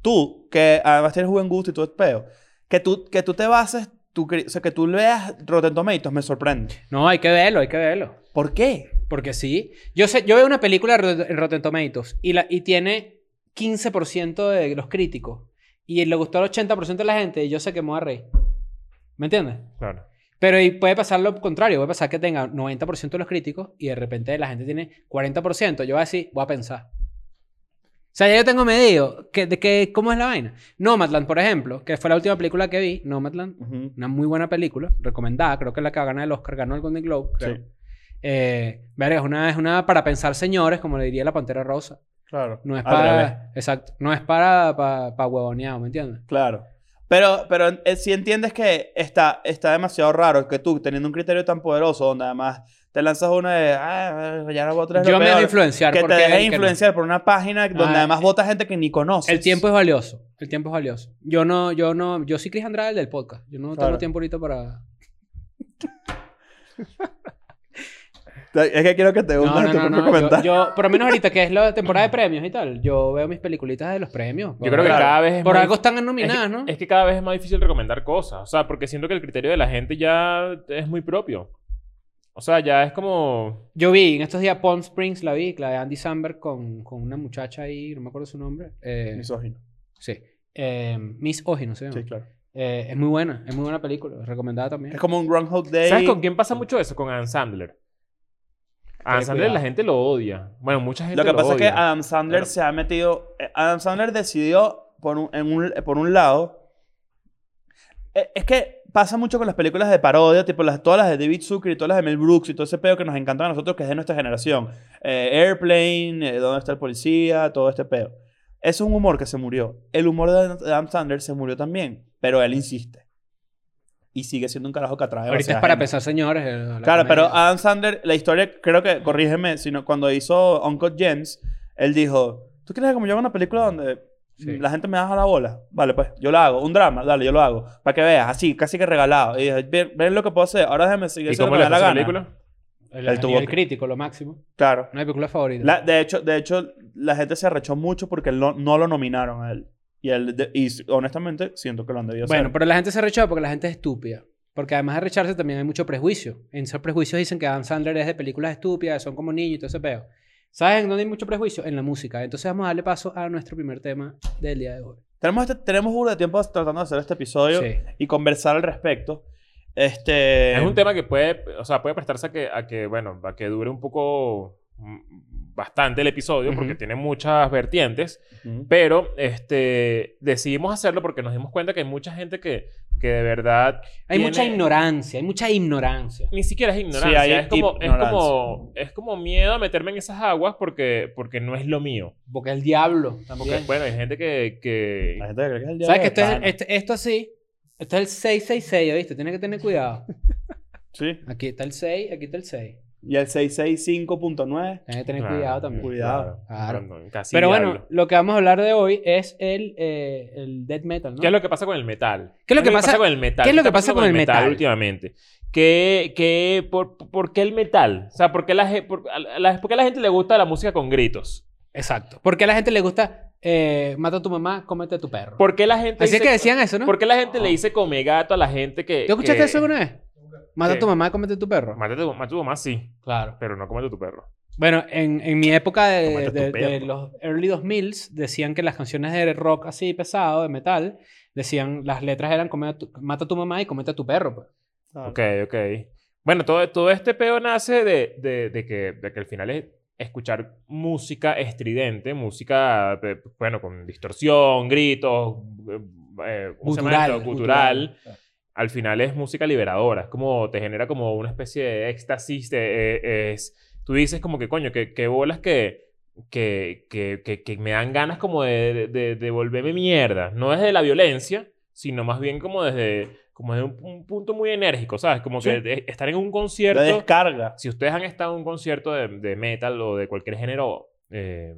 Tú, que además tienes buen gusto y tú es peo, que tú, que tú te bases, tú cri- o sea, que tú leas Rotten Tomatoes me sorprende.
No, hay que verlo, hay que verlo.
¿Por qué?
Porque sí. Yo, sé, yo veo una película en Rot- en Rotten Tomatoes y, la, y tiene 15% de los críticos. Y le gustó al 80% de la gente y yo sé que me voy a reír. ¿Me entiendes?
Claro.
Pero y puede pasar lo contrario. Puede pasar que tenga 90% de los críticos y de repente la gente tiene 40%. Yo voy a decir, voy a pensar. O sea, ya yo tengo medido que, de que, cómo es la vaina. Nomadland, por ejemplo, que fue la última película que vi, Nomadland, una muy buena película, recomendada, creo que es la que gana el Oscar, ganó el Golden Globe, creo.
Sí.
Eh, verga, es una, es una para pensar señores, como le diría la Pantera Rosa.
Claro.
No es
Al revés.
para... Exacto. No es para, para, para huevoneado, ¿me entiendes?
Claro. Pero, pero eh, si entiendes que está, está demasiado raro que tú, teniendo un criterio tan poderoso, donde además te lanzas uno de, ah, ya no votas
Yo me dejo influenciar.
que te
porque
dejes
el que no.
influenciar por una página donde
Ah,
además vota gente que ni conoces.
El tiempo es valioso. El tiempo es valioso. Yo no, yo no, yo soy Cris Andrade el del podcast. Yo no
Claro.
tengo tiempo ahorita para.
Es que quiero que te
No,
guste
no,
tu
no,
propio
no. Yo,
comentario.
yo- por lo menos ahorita que es la temporada de premios y tal, yo veo mis peliculitas de los premios.
Yo creo que
Claro.
cada vez es
por
más
algo están
Es
nominadas,
que,
¿no?
es que cada vez es más difícil recomendar cosas. O sea, porque siento que el criterio de la gente ya es muy propio. O sea, ya es como.
Yo vi en estos días Palm Springs, la vi, la de Andy Samberg con, con una muchacha ahí, no me acuerdo su nombre. Eh,
Misógino.
sí. Eh, Miss Oji, no sé.
Sí, claro.
Eh, es muy buena, es muy buena película, recomendada también.
Es como un Groundhog Day.
¿Sabes con quién pasa mucho eso? Con Adam Sandler. Adam
Ten
Sandler la
cuidado.
gente lo odia. Bueno, mucha gente
Lo
lo
que pasa es que
odia.
Adam Sandler
Claro.
se ha metido. eh, Adam Sandler decidió, por un, en un- por un lado. eh, Es que pasa mucho con las películas de parodia, tipo las, todas las de David Zucker y todas las de Mel Brooks y todo ese pedo que nos encantan a nosotros, que es de nuestra generación. Eh, Airplane, eh, ¿Dónde está el policía? Todo este pedo. Eso es un humor que se murió. El humor de Adam- de Adam Sandler se murió también, pero él insiste. Y sigue siendo un carajo que atrae
Ahorita es
demasiada
para
gente.
pensar, señores. eh, la
Claro, pero
comedia.
Adam Sandler, la historia, creo que, corrígeme, sino cuando hizo Uncle James, él dijo, ¿tú quieres que como yo haga una película donde
Sí.
la gente me baja la bola? Vale, pues, yo la hago. Un drama, dale, yo lo hago. Para que veas, así, casi que regalado. Y dije, ven, ven lo que puedo hacer. Ahora déjame seguir
¿Y
haciendo
cómo
lo
le fue
que me da
esa
la gana.
película?
El,
él
a
tuvo
nivel
que-
crítico, lo máximo.
Claro.
Una película favorita.
La- de, hecho, de hecho, la gente se arrechó mucho porque no, no lo nominaron a él. Y, él de- y honestamente, siento que lo han debido
bueno,
hacer.
pero la gente se rechazó porque la gente es estúpida. Porque además de Richardson también hay mucho prejuicio. En esos prejuicios dicen que Adam Sandler es de películas estúpidas, son como niños y todo ese peo. ¿Sabes en dónde hay mucho prejuicio? En la música. Entonces vamos a darle paso a nuestro primer tema del día de hoy.
Tenemos, este, tenemos burda de tiempo tratando de hacer este episodio
Sí.
y conversar al respecto. Este,
Es un tema que puede, o sea, puede prestarse a que, a que, bueno, a que dure un poco mm, bastante el episodio porque
Ujú.
tiene muchas vertientes,
Ujú.
pero este, decidimos hacerlo porque nos dimos cuenta que hay mucha gente que, que de verdad
Hay
tiene-
mucha ignorancia, hay mucha ignorancia.
ni siquiera es ignorancia,
Sí, hay
es, como,
ignorancia.
Es, como, es como miedo a meterme en esas aguas porque, porque no es lo mío.
Porque el diablo
Porque,
también.
bueno, hay gente que... que
La gente cree que es el diablo
¿Sabes que
de
esto, es,
pana.
este- esto así? Esto es el 666, ¿viste? Tienes que tener cuidado.
Sí.
Aquí está el 6, aquí está el 6.
Y el 665.9.
Tienes que tener
Claro,
cuidado también.
Cuidado.
Claro.
No, no, casi
Pero bueno,
diablo.
lo que vamos a hablar de hoy es el, eh, el death metal, ¿no?
¿Qué es lo que pasa con el metal?
¿Qué es lo que pasa-
con el metal?
qué es lo
está
que pasa
pasando
con el metal?
últimamente? ¿Qué, qué, por, por qué el metal? O sea, ¿por qué, la, ge- por, a la- por qué a la gente le gusta la música con gritos?
Exacto. Porque a la gente le gusta eh, mata a tu mamá, cómete a tu perro.
¿Por qué la gente
Así es
dice-
que decían eso, ¿no?
¿Por qué la gente
No.
le dice come gato a la gente que...
¿Tú escuchaste
que-
eso alguna vez? Mata a
¿Qué?
tu mamá, cómete a tu perro.
Mátate, mata a tu mamá, sí.
Claro.
Pero no comete a tu perro.
Bueno, en, en mi época de,
Cómete tu
de- de
perro.
los early 2000s decían que las canciones de rock así pesado, de metal, decían, las letras eran come a tu- mata a tu mamá y comete a tu perro. pues.
Ok, ok. Bueno, todo, todo este peo nace de, de, de que, de que al final es escuchar música estridente, música, eh, bueno, con distorsión, gritos, eh, eh, ¿cómo se llama
Gutural,
esto?
gutural. ah.
Gutural. Al final es música liberadora, es como te genera como una especie de éxtasis, de, eh, es, tú dices como que coño, que, que bolas que, que, que, que, que me dan ganas como de, de, de volverme mierda. No desde la violencia, sino más bien como desde, como desde un, un punto muy enérgico, ¿sabes? Como que
Sí.
de- estar en un
La
concierto.
descarga.
Si ustedes han estado en un concierto de, de metal o de cualquier género eh,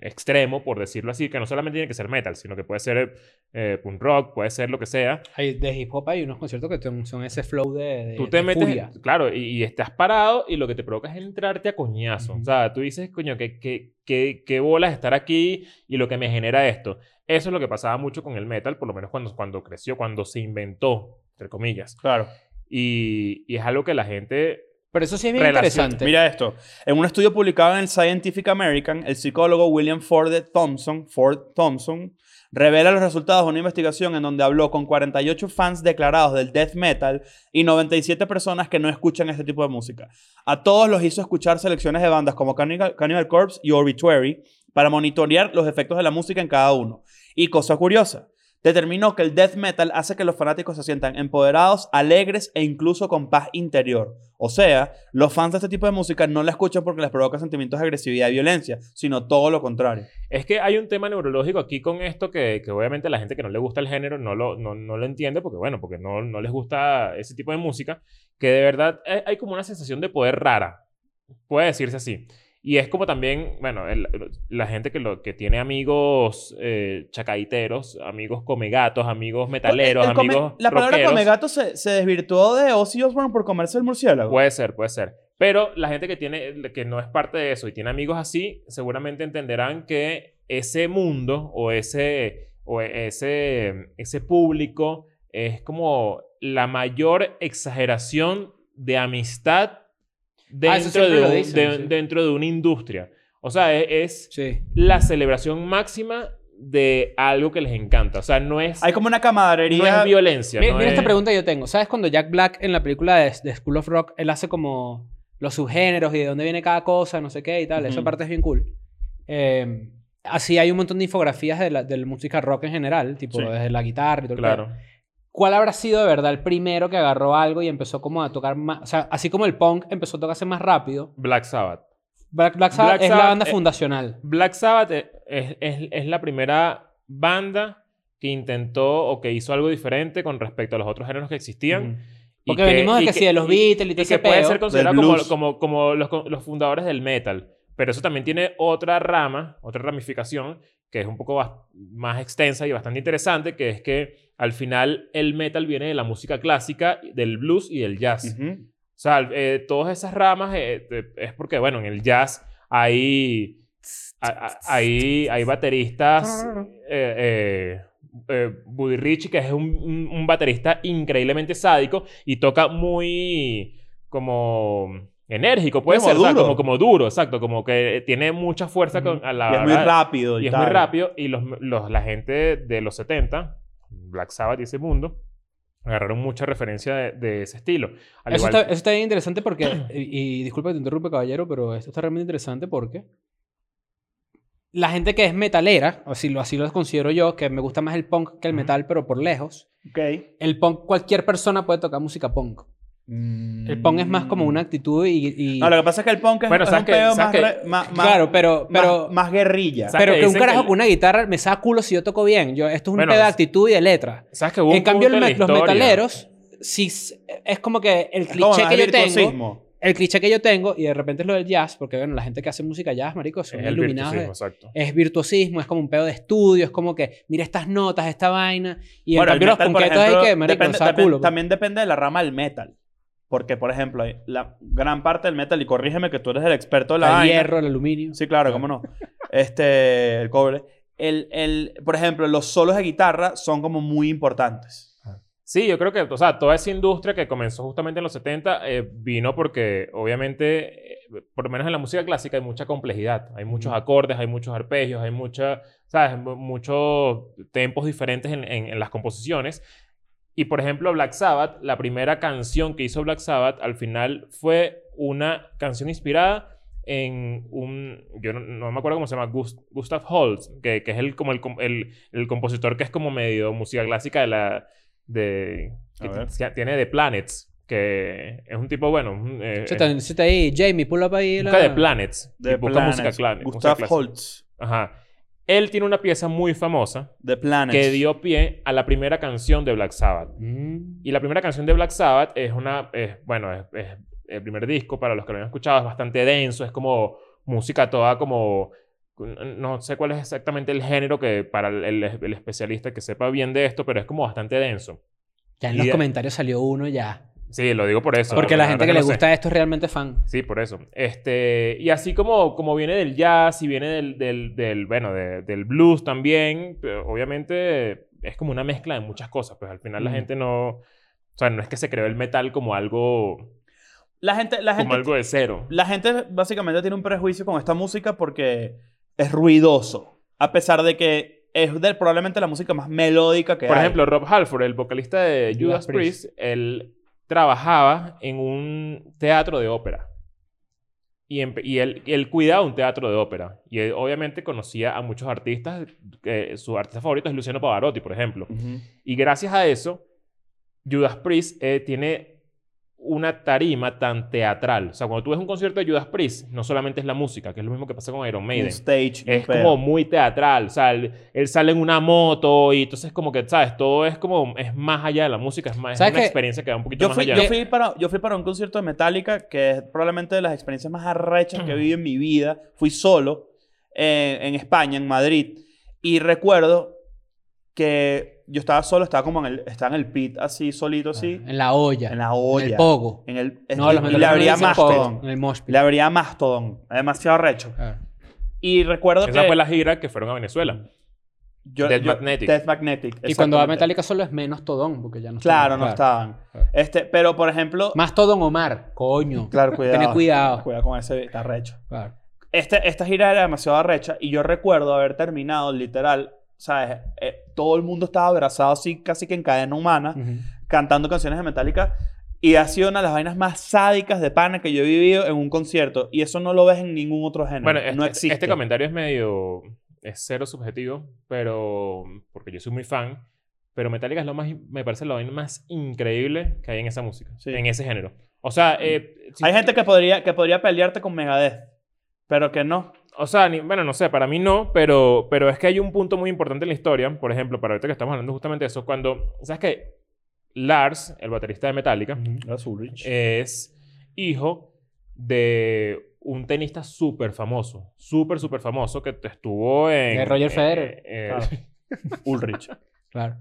extremo, por decirlo así, que no solamente tiene que ser metal, sino que puede ser eh, punk rock, puede ser lo que sea.
Hay, de hip hop hay unos conciertos que son, son ese flow de, de-
tú te
de
metes,
furia.
claro, y, y estás parado y lo que te provoca es entrarte a coñazo.
Ujú.
O sea, tú dices, coño, qué, qué, qué, qué bolas estar aquí y lo que me genera esto. Eso es lo que pasaba mucho con el metal, por lo menos cuando, cuando creció, cuando se inventó, entre comillas.
Claro.
Y, y es algo que la gente...
Pero eso sí es bien
Relación.
interesante.
Mira esto. En un estudio publicado en el Scientific American, el psicólogo William Ford Thompson, Ford Thompson revela los resultados de una investigación en donde habló con 48 fans declarados del death metal y 97 personas que no escuchan este tipo de música. A todos los hizo escuchar selecciones de bandas como Cannibal, Cannibal Corpse y Obituary para monitorear los efectos de la música en cada uno. Y cosa curiosa, determinó que el death metal hace que los fanáticos se sientan empoderados, alegres e incluso con paz interior. O sea, los fans de este tipo de música no la escuchan porque les provoca sentimientos de agresividad y violencia, sino todo lo contrario.
Es que hay un tema neurológico aquí con esto que, que obviamente la gente que no le gusta el género no lo, no, no lo entiende porque, bueno, porque no, no les gusta ese tipo de música, que de verdad hay, hay como una sensación de poder rara, puede decirse así. Y es como también, bueno, el- la gente que, lo, que tiene amigos eh, chacaiteros, amigos comegatos, amigos metaleros,
Pues, El come-
amigos
la palabra
rockeros.
comegato se, se desvirtuó de Ozzy Osbourne por comerse el murciélago.
Puede ser, puede ser. Pero la gente que, tiene, que no es parte de eso y tiene amigos así, seguramente entenderán que ese mundo o ese, o ese, ese público es como la mayor exageración de amistad
Ah, eso
dentro,
siempre
de,
lo
un-
dicen,
de-
sí.
dentro de una industria. O sea, e- es,
Sí.
la celebración máxima de algo que les encanta. O sea, no es,
Hay como una
no
camaradería.
es violencia.
Mira,
no
mira
es-
esta pregunta que yo tengo. ¿Sabes cuando Jack Black en la película de, de School of Rock, él hace como los subgéneros y de dónde viene cada cosa, no sé qué y tal? Esa
Ujú.
parte es bien cool. Eh, así hay un montón de infografías de la, del música rock en general, tipo
Sí.
desde la guitarra y todo el pedo.
Claro.
¿Cuál habrá sido de verdad el primero que agarró algo y empezó como a tocar más? O sea, así como el punk empezó a tocarse más rápido,
Black Sabbath.
Black, Black Sabbath
Black
es la
Sabbath,
banda
eh,
fundacional.
Black Sabbath e- es, es- es la primera banda que intentó o que hizo algo diferente con respecto a los otros géneros que existían. y
Ujú. Mm. Porque venimos de
y
que sí, de los
y-
Beatles y todo
Y
ese
que puede
peo.
ser considerado como,
blues.
como, como los, con- los fundadores del metal. Pero eso también tiene otra rama, otra ramificación, que es un poco bas- más extensa y bastante interesante, que es que al final el metal viene de la música clásica, del blues y del jazz.
Ujú.
O sea, eh, todas esas ramas eh, eh, es porque, bueno, en el jazz hay, a- a- hay, hay bateristas eh, eh, eh, Buddy Rich, que es un, un- un baterista increíblemente sádico y toca muy como enérgico, puede
Como
ser, o sea,
duro.
como, como duro, exacto, como que tiene mucha fuerza con, a la
Y es muy
hora-
rápido.
y es muy rápido. Y los, los- la gente de los 70, Black Sabbath y ese mundo, agarraron mucha referencia de, de ese estilo. Al
Eso
igual-
está, eso está bien interesante porque, y, y disculpa que te interrumpe, caballero, pero esto está realmente interesante porque la gente que es metalera, o así lo, así lo considero yo, que me gusta más el punk que el
Ujú.
metal, pero por lejos,
Ok.
el punk, cualquier persona puede tocar música punk. El punk es más
Mm.
como una actitud y... y-
No, lo que pasa es que el punk es,
Bueno,
es
¿sabes
un
qué?
pedo
¿sabes
más,
qué?
re- más- más-
claro, pero...
más-
pero
más, guerrilla.
¿Sabes?
pero
que
que un
dicen que
carajo
el-
con una guitarra me saca culo si yo toco bien. Yo, esto es un
Bueno,
pedo de
es-
actitud y de letra.
¿Sabes que hubo
en
un
cambio, el
punto
me-
en la
los
historia-
metaleros, sí s- es como que el
Es como
cliché
más
que yo tengo...
virtuosismo.
el cliché que yo tengo, y de repente es lo del jazz, porque bueno, la gente que hace música jazz, marico,
Es
son
el
iluminados. eh. de-
virtuosismo, exacto.
es virtuosismo, es como un pedo de estudio, es como que mira estas notas, esta vaina. Y en
Bueno, el
cambio los
metal, por
concretos
ejemplo,
es que, marico,
depende-
o sea,
depen-
culo. pues.
También depende de la rama del metal. Porque, por ejemplo, la gran parte del metal, y corrígeme que tú eres el experto de la
el
vaina.
hierro, el aluminio.
Sí, claro, cómo no. Este, el cobre. El, el, por ejemplo, los solos de guitarra son como muy importantes.
Sí, yo creo que, o sea, toda esa industria que comenzó justamente en los 70 eh, vino porque, obviamente, eh, por lo menos en la música clásica hay mucha complejidad. Hay muchos acordes, hay muchos arpegios, hay mucha, ¿sabes? Mu- Muchos tempos diferentes en, en- en las composiciones. Y, por ejemplo, Black Sabbath, la primera canción que hizo Black Sabbath al final fue una canción inspirada en un, yo no, no me acuerdo cómo se llama, Gus- Gustav Holst, que, que es el, como el, com- el, el compositor que es como medio música clásica de la, de,
A
que
ver.
t- tiene The Planets, que es un tipo, bueno, un, eh,
Siéntate siéntate ahí, Jamie, pull up ahí.
busca The
la-
Planets,
The
y busca
Planets.
música cla- música
Gustav
clásica.
Holtz.
Ajá. Él tiene una pieza muy famosa
The Planets.
que dio pie a la primera canción de Black Sabbath.
Mm.
Y la primera canción de Black Sabbath es una, es- bueno, es, es el primer disco, para los que lo han escuchado, es bastante denso, es como música toda como, no sé cuál es exactamente el género que para el, el- el especialista que sepa bien de esto, pero es como bastante denso.
Ya
y
en los
de-
comentarios salió uno ya.
Sí, lo digo por eso.
Porque la gente
verdad
que le
no sé.
gusta esto es realmente fan.
Sí, por eso. Este, y así como, como viene del jazz y viene del, del, del, bueno, de- del blues también, pero obviamente es como una mezcla de muchas cosas. Pues al final la
Mm.
gente no... O sea, no es que se creó el metal como algo,
La gente, la
como
gente,
algo de cero.
Ah, la gente básicamente tiene un prejuicio con esta música porque es ruidoso. A pesar de que es de- probablemente la música más melódica que
Por
hay.
ejemplo, Rob Halford, el vocalista de Judas
Judas
Priest,
Priest.
él trabajaba en un teatro de ópera. Y, empe- y él, y él cuidaba un teatro de ópera. Y él obviamente conocía a muchos artistas. que su artista favorito es Luciano Pavarotti, por ejemplo.
Ujú.
Y gracias a eso, Judas Priest eh, tiene una tarima tan teatral. O sea, cuando tú ves un concierto de Judas Priest, no solamente es la música, que es lo mismo que pasa con Iron
Un
Maiden.
stage. un
Es
pedo.
como muy teatral, o sea, él, él sale en una moto y entonces como que, ¿sabes? Todo es como, es más allá de la música, es, más, es
¿Sabes
una
qué?
experiencia que va un poquito
Yo
más
fui,
allá.
yo, fui para, yo fui para un concierto de Metallica, que es probablemente de las experiencias más arrechas que he vivido en mi vida. Fui solo eh, en España, en Madrid. Y recuerdo que yo estaba solo, estaba como en el, estaba en el pit, así, solito, así,
En la olla.
en la olla.
En el pogo.
En el-
Ah, No, los
y le
metaleros no
abría
dicen pogo. En
Mastodon.
el Ah. mosh pit.
Le abría Mastodon. Es Demasiado arrecho.
Claro.
Y recuerdo
Esa
que...
fue la gira que fueron a Venezuela.
yo-
Death
yo-
Magnetic.
Death Magnetic.
Y cuando va
exactamente.
Metallica solo es menos Todón, porque ya no está-
Claro, no estaban.
claro.
Este, pero, por ejemplo...
Más Todón Omar. Coño.
Claro, cuidado.
Tené cuidado.
Cuidado con ese... Está arrecho.
Claro.
Este- esta gira era demasiado arrecha y yo recuerdo haber terminado literal, ¿sabes? Eh, todo el mundo estaba abrazado así, casi que en cadena humana,
Ujú.
cantando canciones de Metallica y ha sido una de las vainas más sádicas de pana que yo he vivido en un concierto y eso no lo ves en ningún otro género.
Bueno, este,
no existe.
este comentario es medio, es cero subjetivo, pero, porque yo soy muy fan, pero Metallica es lo más, me parece la vaina más increíble que hay en esa música,
Sí. Mm.
en ese género. O sea, eh, si-
Hay gente que podría, que podría pelearte con Megadeth, pero que no.
O sea, ni- bueno, no sé, para mí no, pero, pero es que hay un punto muy importante en la historia. Por ejemplo, para ahorita que estamos hablando justamente de eso, cuando, ¿sabes qué? Lars, el baterista de Metallica, Eh, es hijo de un tenista súper famoso, súper, súper famoso que estuvo en...
De Roger
eh,
Federer.
eh,
Claro. Ulrich.
Claro.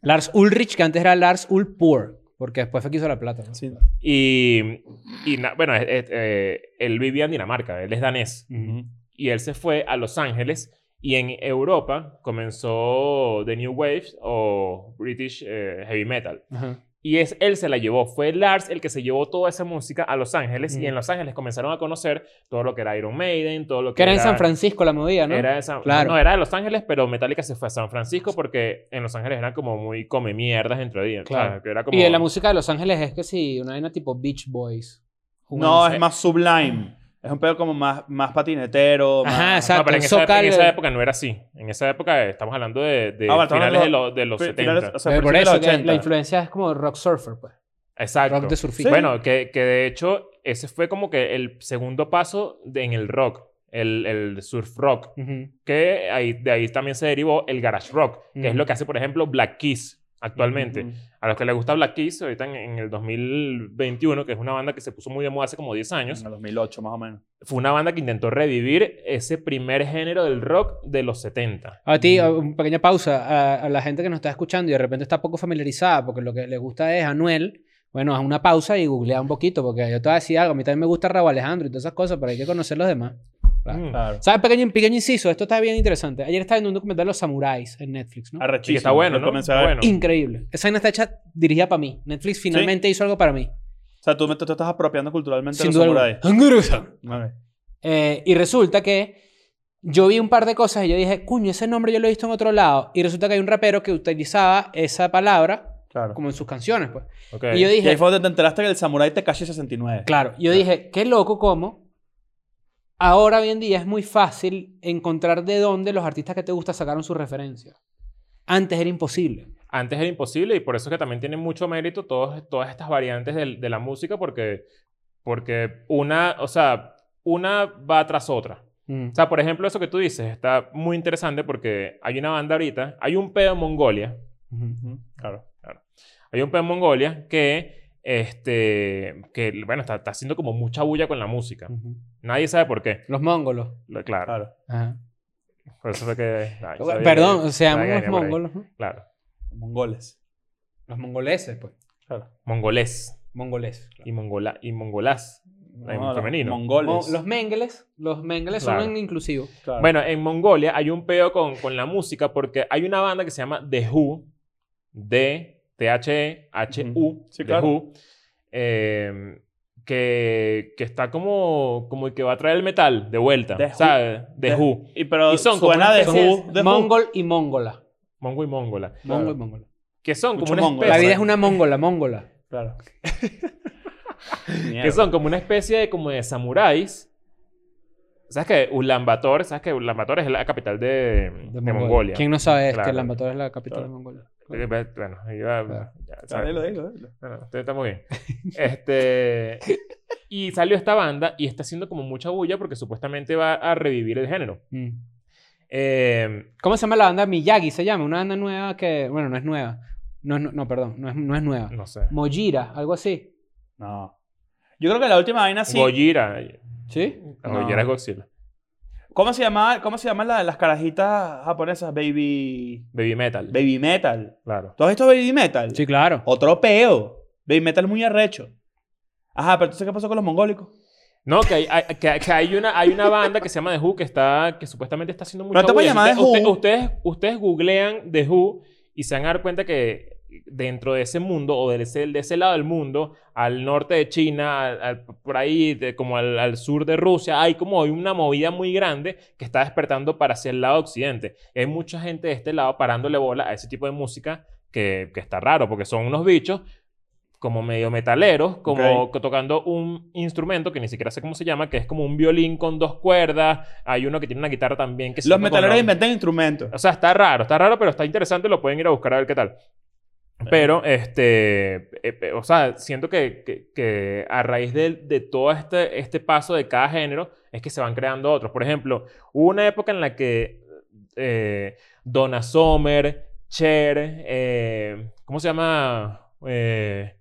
Lars Ulrich, que antes era Lars Ulpoor, porque después fue que hizo la plata. ¿no?
Sí.
Y, y na- bueno, es- es- eh, él vivía en Dinamarca, él es danés.
Ujú.
y él se fue a Los Ángeles Y en Europa comenzó The New Wave o British eh, Heavy Metal.
Ajá.
Y es, él se la llevó. Fue Lars el que se llevó toda esa música a Los Ángeles.
Mm.
Y en Los Ángeles comenzaron a conocer todo lo que era Iron Maiden, todo lo que
Que era en San Francisco la movida, ¿no?
Era de San-
Claro.
No, era de Los Ángeles, pero Metallica se fue a San Francisco porque en Los Ángeles eran como muy come mierdas entre días.
Claro.
Claro. Era como...
Y en la música de Los Ángeles es que sí, una vaina tipo Beach Boys.
No,
eh,
Jugándose.
es más sublime. Es un pedo como más, más patinetero.
Ajá,
más-
exacto.
No, pero en esa,
Soca-
en esa época no era así. En esa época eh, estamos hablando de, de
Ah, bueno, estamos
finales de,
hablando-
lo- de los
Fi-
70.
finales- o sea,
Pero Eh, por
principios de
eso
los
que
80.
la influencia es como rock surfer, pues.
Exacto.
Rock de surfista.
Bueno, que, que de hecho ese fue como que el segundo paso de- en el rock. El, el surf rock.
Ujú.
Que ahí, de ahí también se derivó el garage rock. Que es
Ujú.
lo que hace, por ejemplo, Black Keys actualmente.
Ujú.
A los que les gusta Black Keys, ahorita en, en el 2021, que es una banda que se puso muy de moda hace como 10 años,
En el 2008, más o menos.
fue una banda que intentó revivir ese primer género del rock de los 70.
A ti, una pequeña pausa. A, a la gente que nos está escuchando y de repente está poco familiarizada porque lo que le gusta es Anuel. Bueno, haz una pausa y googlea un poquito porque yo te voy a decir algo. A mí también me gusta Raúl Alejandro y todas esas cosas, pero hay que conocer los demás. Claro.
Mm.
Claro.
¿Sabes? Pequeño, pequeño inciso. Esto está bien interesante. Ayer estaba viendo un documental de los samuráis en Netflix, ¿no?
Arrechísimo.
Sí, está bueno, ¿no?
Lo comencé a
Está
ver.
bueno.
Increíble. Esa vaina está hecha dirigida para mí. Netflix finalmente hizo algo para mí.
O sea, tú me- tú te estás apropiando culturalmente de
Sin
los
duda.
samuráis.
alguna. Angurusa.
Ok.
Eh, y resulta que yo vi un par de cosas y yo dije, cuño, ese nombre yo lo he visto en otro lado. Y resulta que hay un rapero que utilizaba esa palabra
Claro.
como en sus canciones, pues.
Ok.
Y yo
Y ahí
dije,
fue donde te enteraste que el samurái Tekashi 69.
claro, yo dije, qué loco cómo ahora hoy en día es muy fácil encontrar de dónde los artistas que te gusta sacaron sus referencias. Antes era imposible.
Antes era imposible y por eso es que también tiene mucho mérito todos, todas estas variantes del- de, la música porque, porque una, o sea, una va tras otra. O sea, por ejemplo, eso que tú dices está muy interesante porque hay una banda ahorita, hay un pedo en Mongolia,
Ujú.
Ujú, Claro.
hay un pedo en Mongolia que, este, que bueno, está, está haciendo como mucha bulla con la música.
Mm.
Ujú.
Nadie sabe por qué.
Los mongolos.
Lo- Claro.
Claro.
Ajá.
Ah.
Por eso fue que... ay, sabía
Perdón,
que-
o sea,
sabía que
los
venía por ahí.
mongolos. ¿no?
Claro.
Mongoles.
Los mongoleses, pues.
Mongolés
Mongoleses.
y, mongola, y mongolás. En
No, los
femenino.
Mongoles.
Mo- los mengeles, los mengeles
Claro.
son en inclusivo.
Claro.
Bueno, en Mongolia hay un peo con, con la música porque hay una banda que se llama The Who, D, T-H-E-H-U,
Sí,
The
claro.
Who, eh, que, que está como, como el que va a traer el metal de vuelta,
The Who.
¿sabes? The,
De-
Who,
Eh, Y pero
Y son como
suena
una
de
especie
Who. De Who.
Mongol y mongola.
Mongo y Mongola,
Mongo y
Claro.
mongola.
que son
Mucho
como una
mongo,
especie,
La vida es una mongola, mongola.
Claro.
que son como una especie de, como de samuráis. ¿Sabes qué? Ulaanbaatar, ¿sabes qué? Ulaanbaatar es la capital de, de Mongolia.
¿Quién no sabe es que
Claro.
Lambator es la capital
Claro.
de Mongolia?
Eh, Bueno, iba-
Claro.
ya,
Claro,
¿sabes?
dilo, dilo, dilo.
No, no, Ah, está- está muy bien. Este, y salió esta banda y está haciendo como mucha bulla porque supuestamente va a revivir el género.
Mm.
Eh,
¿Cómo se llama la banda? Miyagi se llama, una banda nueva que, bueno, no es nueva. No, es nu- no, perdón, no es, no es nueva.
no sé.
Mojira, algo así.
No. Yo creo que la última vaina sí.
Gojira.
¿Sí?
Gojira es Godzilla.
¿Cómo se llama, cómo se llama la de las carajitas japonesas? Baby.
Baby Metal.
Baby Metal.
Claro.
¿Tú has visto Baby Metal?
Sí, claro.
Otro peo. Baby Metal muy arrecho. Ajá, pero entonces, ¿qué pasó con los mongólicos?
No, que hay, hay- que, que hay, una, hay una banda que se llama The Who que, está, que supuestamente está haciendo mucha
No te puedes
bulla.
llamar The
Ustedes-
Who.
Ustedes, ustedes googlean The Who y se van a dar cuenta que dentro de ese mundo o de ese, de ese lado del mundo, al norte de China, al- al- por ahí, de- como al, al sur de Rusia, hay como hoy una movida muy grande que está despertando para hacia el lado occidente. Hay mucha gente de este lado parándole bola a ese tipo de música que, que está raro porque son unos bichos como medio metaleros, como co- tocando un instrumento que ni siquiera sé cómo se llama, que es como un violín con dos cuerdas. Hay uno que tiene una guitarra también que se
Los
toca con
metaleros
la-
inventan instrumentos.
O sea, está raro, está raro, pero está interesante. Lo pueden ir a buscar a ver qué tal. Pero, este, eh, eh, o sea, siento que, que- que a raíz de, de todo este, este paso de cada género es que se van creando otros. Por ejemplo, hubo una época en la que eh, Donna Sommer, Cher, eh, ¿cómo se llama? Eh,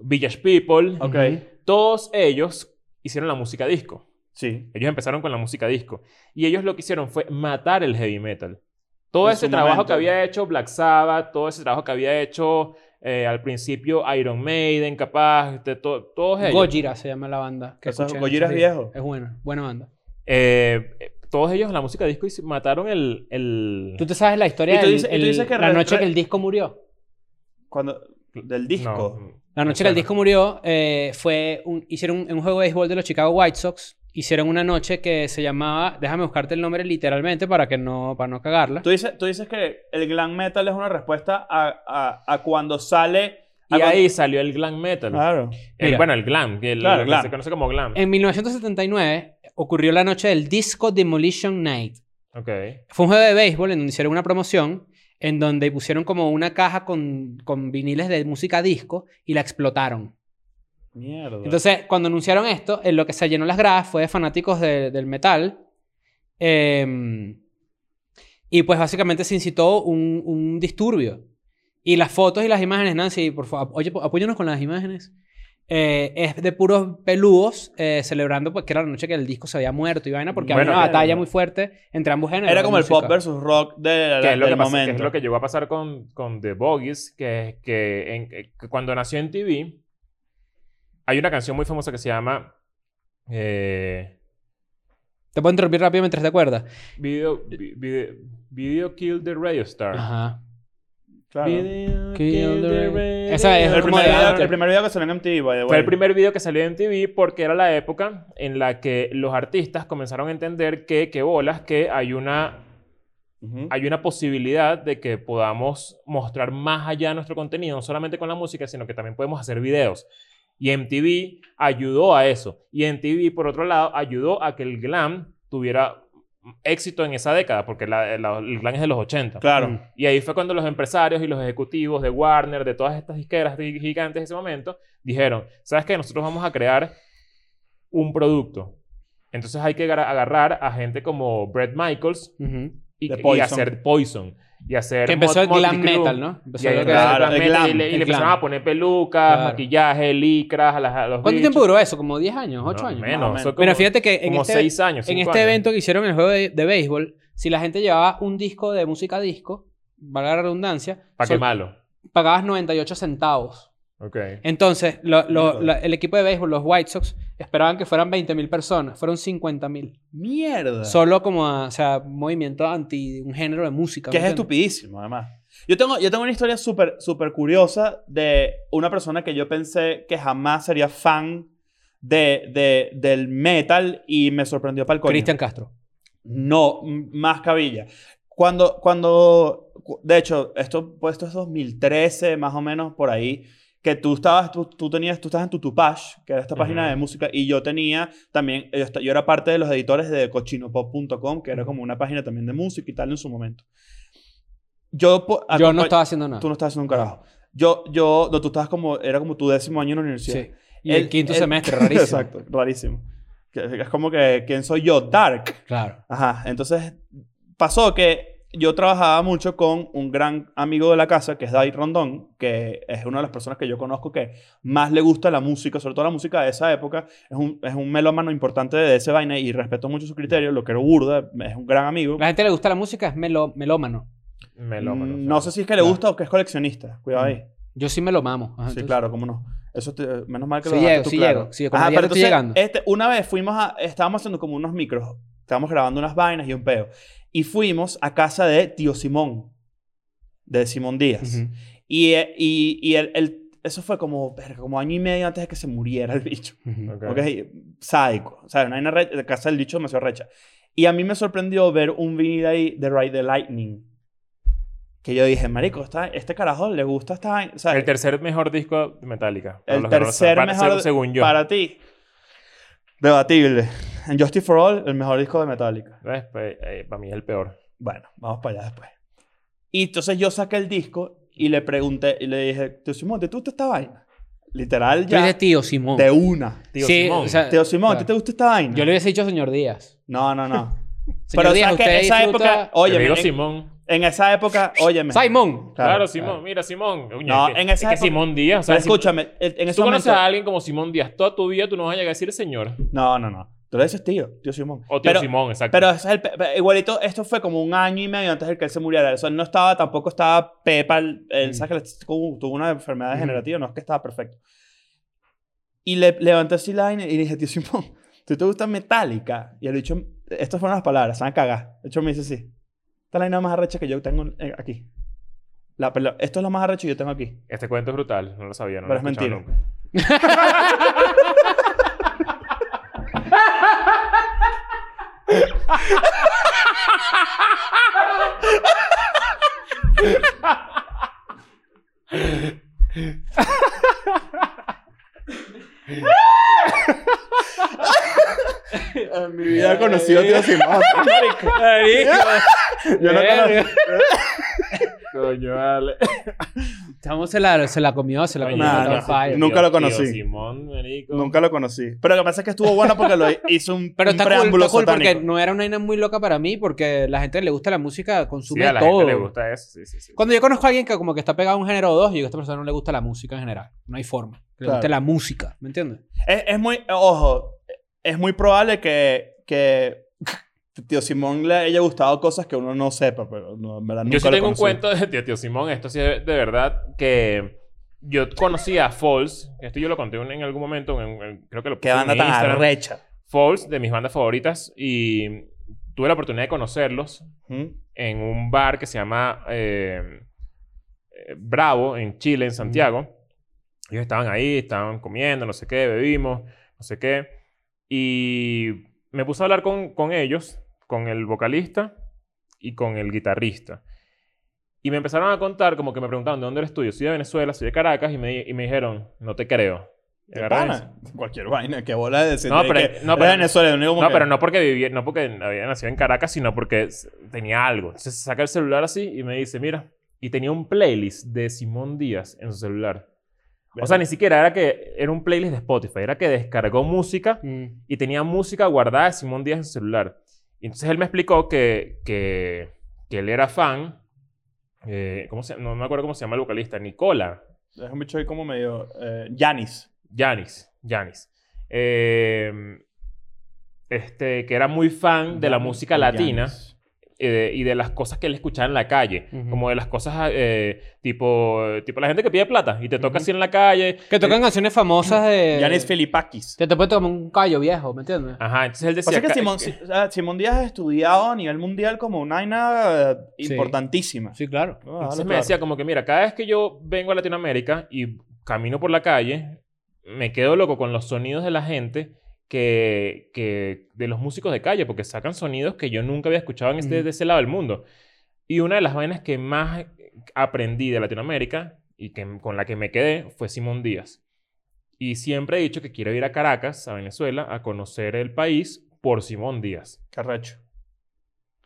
Village People,
Ok.
todos ellos hicieron la música disco.
Sí.
Ellos empezaron con la música disco. Y ellos lo que hicieron fue matar el heavy metal. Todo
En
ese
su
trabajo
momento.
que había hecho Black Sabbath, todo ese trabajo que había hecho eh, al principio Iron Maiden, capaz, de to- todos ellos.
Gojira se llama la banda. que
Eso es-
escuché en
Gojira es
estos días.
viejo.
Es buena, buena banda.
Eh, eh, todos ellos en la música disco y se- mataron el. el...
¿Tú te sabes la
Y
historia
tú
de
dices- y tú dices que
la
re-
noche
re-
que el disco murió?
Cuando, del disco.
No,
La
me
noche que el
suena.
disco murió, eh, fue un- hicieron un- en un juego de béisbol de los Chicago White Sox, hicieron una noche que se llamaba, déjame buscarte el nombre literalmente para que no, para no cagarla.
Tú, dices, tú dices que el glam metal es una respuesta a, a, a cuando sale. a
Y
cuando-
ahí salió el glam metal.
Claro.
El-
Mira.
bueno, el glam, que el-
Ah, Claro,
lo que
glam.
se conoce como glam.
En 1979 ocurrió la noche del Disco Demolition Night.
Ok.
Fue un juego de béisbol en donde hicieron una promoción, en donde pusieron como una caja con, con viniles de música disco y la explotaron.
Mierda.
Entonces, cuando anunciaron esto, en lo que se llenó las gradas fue de fanáticos de- del metal. Em, y pues básicamente se incitó un, un disturbio. Y las fotos y las imágenes, Nancy, por favor, oye, po- apóyanos con las imágenes. Eh, es de puros peludos eh, celebrando pues, que era la noche que el disco se había muerto y vaina, porque
Bueno,
había una
claro.
batalla muy fuerte entre ambos géneros.
Era
de
como el
música.
pop versus rock de la-
Que es, lo que
del
pasa- que es
momento.
lo que llegó a pasar con, con The Bogies, que es que, en- eh, que cuando nació en TV, hay una canción muy famosa que se llama eh,
Te puedo interrumpir rápido mientras te acuerdas.
video, vi- video, Video Kill the Radio Star.
Ajá.
Claro.
Video
Kill the radio-
radio
Esa es
star.
El
como
primer,
de
video,
antes.
el primer video que salió en MTV, by the
Fue
way.
el primer video que salió en TV porque era la época en la que los artistas comenzaron a entender que, que bolas, que hay una
Ujú.
hay una posibilidad de que podamos mostrar más allá de nuestro contenido, no solamente con la música, sino que también podemos hacer videos. Y MTV ayudó a eso. Y MTV, por otro lado, ayudó a que el glam tuviera éxito en esa década, porque la- la- el glam es de los 80.
Claro.
Mm.
Y ahí fue cuando los empresarios y los ejecutivos de Warner, de todas estas disqueras gi- gigantes de ese momento, dijeron, ¿sabes qué? Nosotros vamos a crear un producto. Entonces hay que agar- agarrar a gente como Bret Michaels,
Ujú.
y,
De
y
Poison.
hacer Poison. Y hacer
Que empezó el
Mot-
glam
Motley Crue.
metal, ¿no? Empezó
Y, ahí
lo que-
empezó el
Claro,
glam
el
metal, y
glam,
le, y le
el
empezaron
glam.
a poner pelucas,
Claro.
maquillaje, licras a, las- a los
¿Cuánto
bichos.
tiempo duró eso? ¿Como 10 años? ¿8
No,
años?
Menos.
Más o menos.
Son como,
Bueno, fíjate que en
como
este,
seis años.
en
cinco
este
años.
evento que hicieron en el juego de, de béisbol, si la gente llevaba un disco de música disco, valga la redundancia,
Pa'
sol-
qué malo.
pagabas 98 centavos.
Ok.
Entonces, lo- lo-
Híjole.
la- el equipo de béisbol, los White Sox, esperaban que fueran 20.000 personas. Fueron 50.000.
Mierda.
Solo como, a- o sea, movimiento anti un género de música.
Que
¿me
es
entiendes?
estupidísimo, además. Yo tengo, yo tengo una historia súper súper curiosa de una persona que yo pensé que jamás sería fan de, de- del metal y me sorprendió para el coño.
Cristian Castro.
No, m- más cabilla. Cuando, cuando, cu- de hecho, esto, pues esto es 2013, más o menos, por ahí, que tú estabas, tú, tú tenías, tú estabas en Tutupash, que era esta página
Ujú.
de música, y yo tenía también, yo, esta- yo era parte de los editores de cochinopop.com, que era como una página también de música y tal en su momento. Yo, po-
Ah,
Yo no
acompa-
estaba haciendo nada.
Tú no estabas haciendo un carajo. Yo, yo, no, tú estabas como, era como tu décimo año en la universidad.
Sí. Y el, quinto semestre, rarísimo.
Exacto, rarísimo. Que- Es como que, ¿quién soy yo? Dark.
Claro.
Ajá, entonces pasó que yo trabajaba mucho con un gran amigo de la casa, que es David Rondón, que es una de las personas que yo conozco que más le gusta la música, sobre todo la música de esa época. Es un, es un melómano importante de ese vaina y respeto mucho su criterio, lo que era burda, es un gran amigo.
La gente le gusta la música, es melo- melómano.
Melómano.
Mm, no sé si es que le
Claro.
gusta o que es coleccionista, cuidado ahí.
Yo sí me lo mamo. Ajá,
sí,
entonces-
claro, cómo no. Eso te- menos mal que
Sí
lo dejaste
llego,
tú
sí
claro.
llego, sí, como ya estoy llegando.
este, una vez fuimos a... Estábamos haciendo como unos micros. Estábamos grabando unas vainas y un peo. Y fuimos a casa de tío Simón. De Simón Díaz.
Ujú.
Y, eh, y, y el, el- eso fue como, verga, como año y medio antes de que se muriera el bicho.
Ujú.
Ok.
Ok, sádico. O sea, una vaina re- de casa del bicho demasiado recha. Y a mí me sorprendió ver un vinil ahí de Ride the Lightning. Que yo dije, marico, esta- este carajo le gusta esta vaina. O sea,
El tercer mejor disco de Metallica. para
el
los que no lo
tercer
saben, para-
mejor
Según yo.
para ti. Debatible. En Justice for All, el mejor disco de Metallica.
¿Ves? Pues, eh, para mí es el peor.
Bueno, vamos para allá después. Y entonces yo saqué el disco y le pregunté y le dije, Tío Simón, ¿te gusta esta vaina? Literal
este
Tú dices
ya.
tío Simón.
De una.
Tío
Sí,
Simón.
o sea,
Tío Simón, ¿te
claro.
gusta esta vaina?
Yo le hubiese dicho señor Díaz.
No, no, no.
Señor
Pero
Díaz,
¿sabes qué?
usted
esa
disfruta-
época, oh, oye,
Yo le digo
en,
Simón.
en esa época, óyeme.
Simón.
Claro,
Claro.
Simón.
claro.
Mira, Simón. Coño,
No,
es que-
en esa
es que
época-
Simón Díaz. o sea,
Pero
Simón-
escúchame, el- en
Tú
ese
conoces
momento...
a alguien como Simón Díaz. Toda tu vida tú no vas a llegar a decir señor.
No, no, no. Tú le dices tío, tío Simón.
O tío
Pero-
Simón, exacto.
Pero ese es el pe- pe- igualito, esto fue como un año y medio antes de que él se muriera. O sea, él no estaba, tampoco estaba Pepa, él
Mm.
¿sabes que le- tuvo, tuvo una enfermedad
Ujú.
degenerativa, no es que estaba perfecto. Y le levanté así la vaina y le dije, tío Simón, ¿tú te gusta Metallica? Y el dicho Estas fueron las palabras, se van a cagar. De hecho, me dice así. Esta es la vaina más arrecha que yo tengo eh, aquí. La pelo- esto es lo más arrecho que yo tengo aquí.
Este cuento es brutal, no lo sabía, no
Pero
lo
es
he escuchado
mentira.
nunca.
En mi vida he conocido a tíos sin más. Yo no
Verga.
conozco.
Coño, vale.
Chamo se la, se la comió, se la
Coño,
comió.
Nah,
todo
nah.
fire.
Nunca
Tío-
lo conocí.
tío Simón, marico.
Nunca lo conocí. Pero lo que pasa es que estuvo bueno porque lo hizo un,
Pero
un
está cool,
preámbulo
está cool porque
satánico.
no era una vaina muy loca para mí porque la gente que le gusta la música,
Sí,
consume
a la
todo.
gente le gusta eso. Sí, sí, sí.
Cuando yo conozco a alguien que como que está pegado a un género o dos, yo digo, a esta persona no le gusta la música en general. No hay forma. Que le
Claro.
guste la música, ¿me entiendes?
Es, es muy, ojo, es muy probable que, que tío Simón le haya gustado cosas que uno no sepa, pero no, en verdad nunca
Yo sí
lo
tengo un
conocí.
cuento de tío, tío Simón, esto sí es de verdad que yo conocí a Falls, esto yo lo conté en en algún momento, en- en- creo que lo puse
Qué banda
en
tan
Instagram.
arrecha.
Falls, de mis bandas favoritas, y tuve la oportunidad de conocerlos
¿Mm?
en un bar que se llama eh, eh, Bravo, en Chile, en Santiago. Ellos estaban ahí, estaban comiendo, no sé qué, bebimos, no sé qué. Y me puse a hablar con, con ellos, con el vocalista y con el guitarrista. Y me empezaron a contar, como que me preguntaban, ¿de dónde eres tú? Yo soy de Venezuela, soy de Caracas, y me, di- y me dijeron, no te creo. Y
De
agarraron y
pana. Cualquier vaina, qué bola de decir.
No,
de
pero-
que
no,
era
pero-
Venezuela, lo único como
No,
que-
pero no porque vivía, no porque había nacido en Caracas, sino porque s- tenía algo. Entonces saca el celular así y me dice, mira, y tenía un playlist de Simón Díaz en su celular. O sea, ni siquiera era que era un playlist de Spotify, era que descargó música y tenía música guardada de Simón Díaz en su celular. Y entonces él me explicó que, que, que él era fan, eh, ¿cómo se, no me acuerdo cómo se llama el vocalista, Nicola,
Es un bicho ahí como medio. eh, Yanis.
Janis, Janis. Eh, este, que era muy fan de la música latina.
Yanis.
eh, y de las cosas que él escuchaba en la calle.
Ujú.
Como de las cosas eh, tipo, tipo la gente que pide plata y te toca
Ujú.
así en la calle.
Que tocan canciones famosas de...
Eh, Yanis Filipakis.
Que te puede tomar un callo viejo, ¿me entiendes?
Ajá, entonces él decía...
Pasa que
ca-
Simón, Si- o sea, Simón Díaz ha estudiado a nivel mundial como una vaina eh,
Sí.
importantísima.
Sí, claro.
No,
entonces
hablo
me
Ah, claro.
decía como que, mira, cada vez que yo vengo a Latinoamérica y camino por la calle, me quedo loco con los sonidos de la gente que, que de los músicos de calle, porque sacan sonidos que yo nunca había escuchado en este,
Ujú.
de ese lado del mundo. Y una de las vainas que más aprendí de Latinoamérica y que, con la que me quedé fue Simón Díaz. Y siempre he dicho que quiero ir a Caracas, a Venezuela, a conocer el país por Simón Díaz.
Qué arrecho.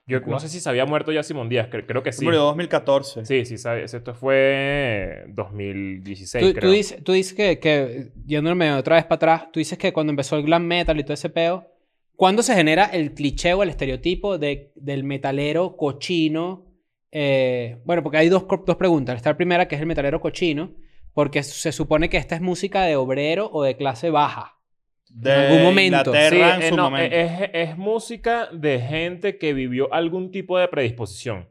Yo no sé si se había muerto ya Simón Díaz, cre- creo que sí.
Número 2014.
Sí, sí, sabes. Esto fue 2016,
Tú, tú
creo.
dices, tú dices que, que, yéndome otra vez para atrás, tú dices que cuando empezó el glam metal y todo ese peo, ¿cuándo se genera el cliché o el estereotipo de, del metalero cochino? Eh, bueno, porque hay dos, co- dos preguntas. Está la primera, que es el metalero cochino, porque se supone que esta es música de obrero o de clase baja.
De
En algún momento.
Sí,
Inglaterra en
eh,
su
no,
momento.
eh, Es, es música de gente que vivió algún tipo de predisposición.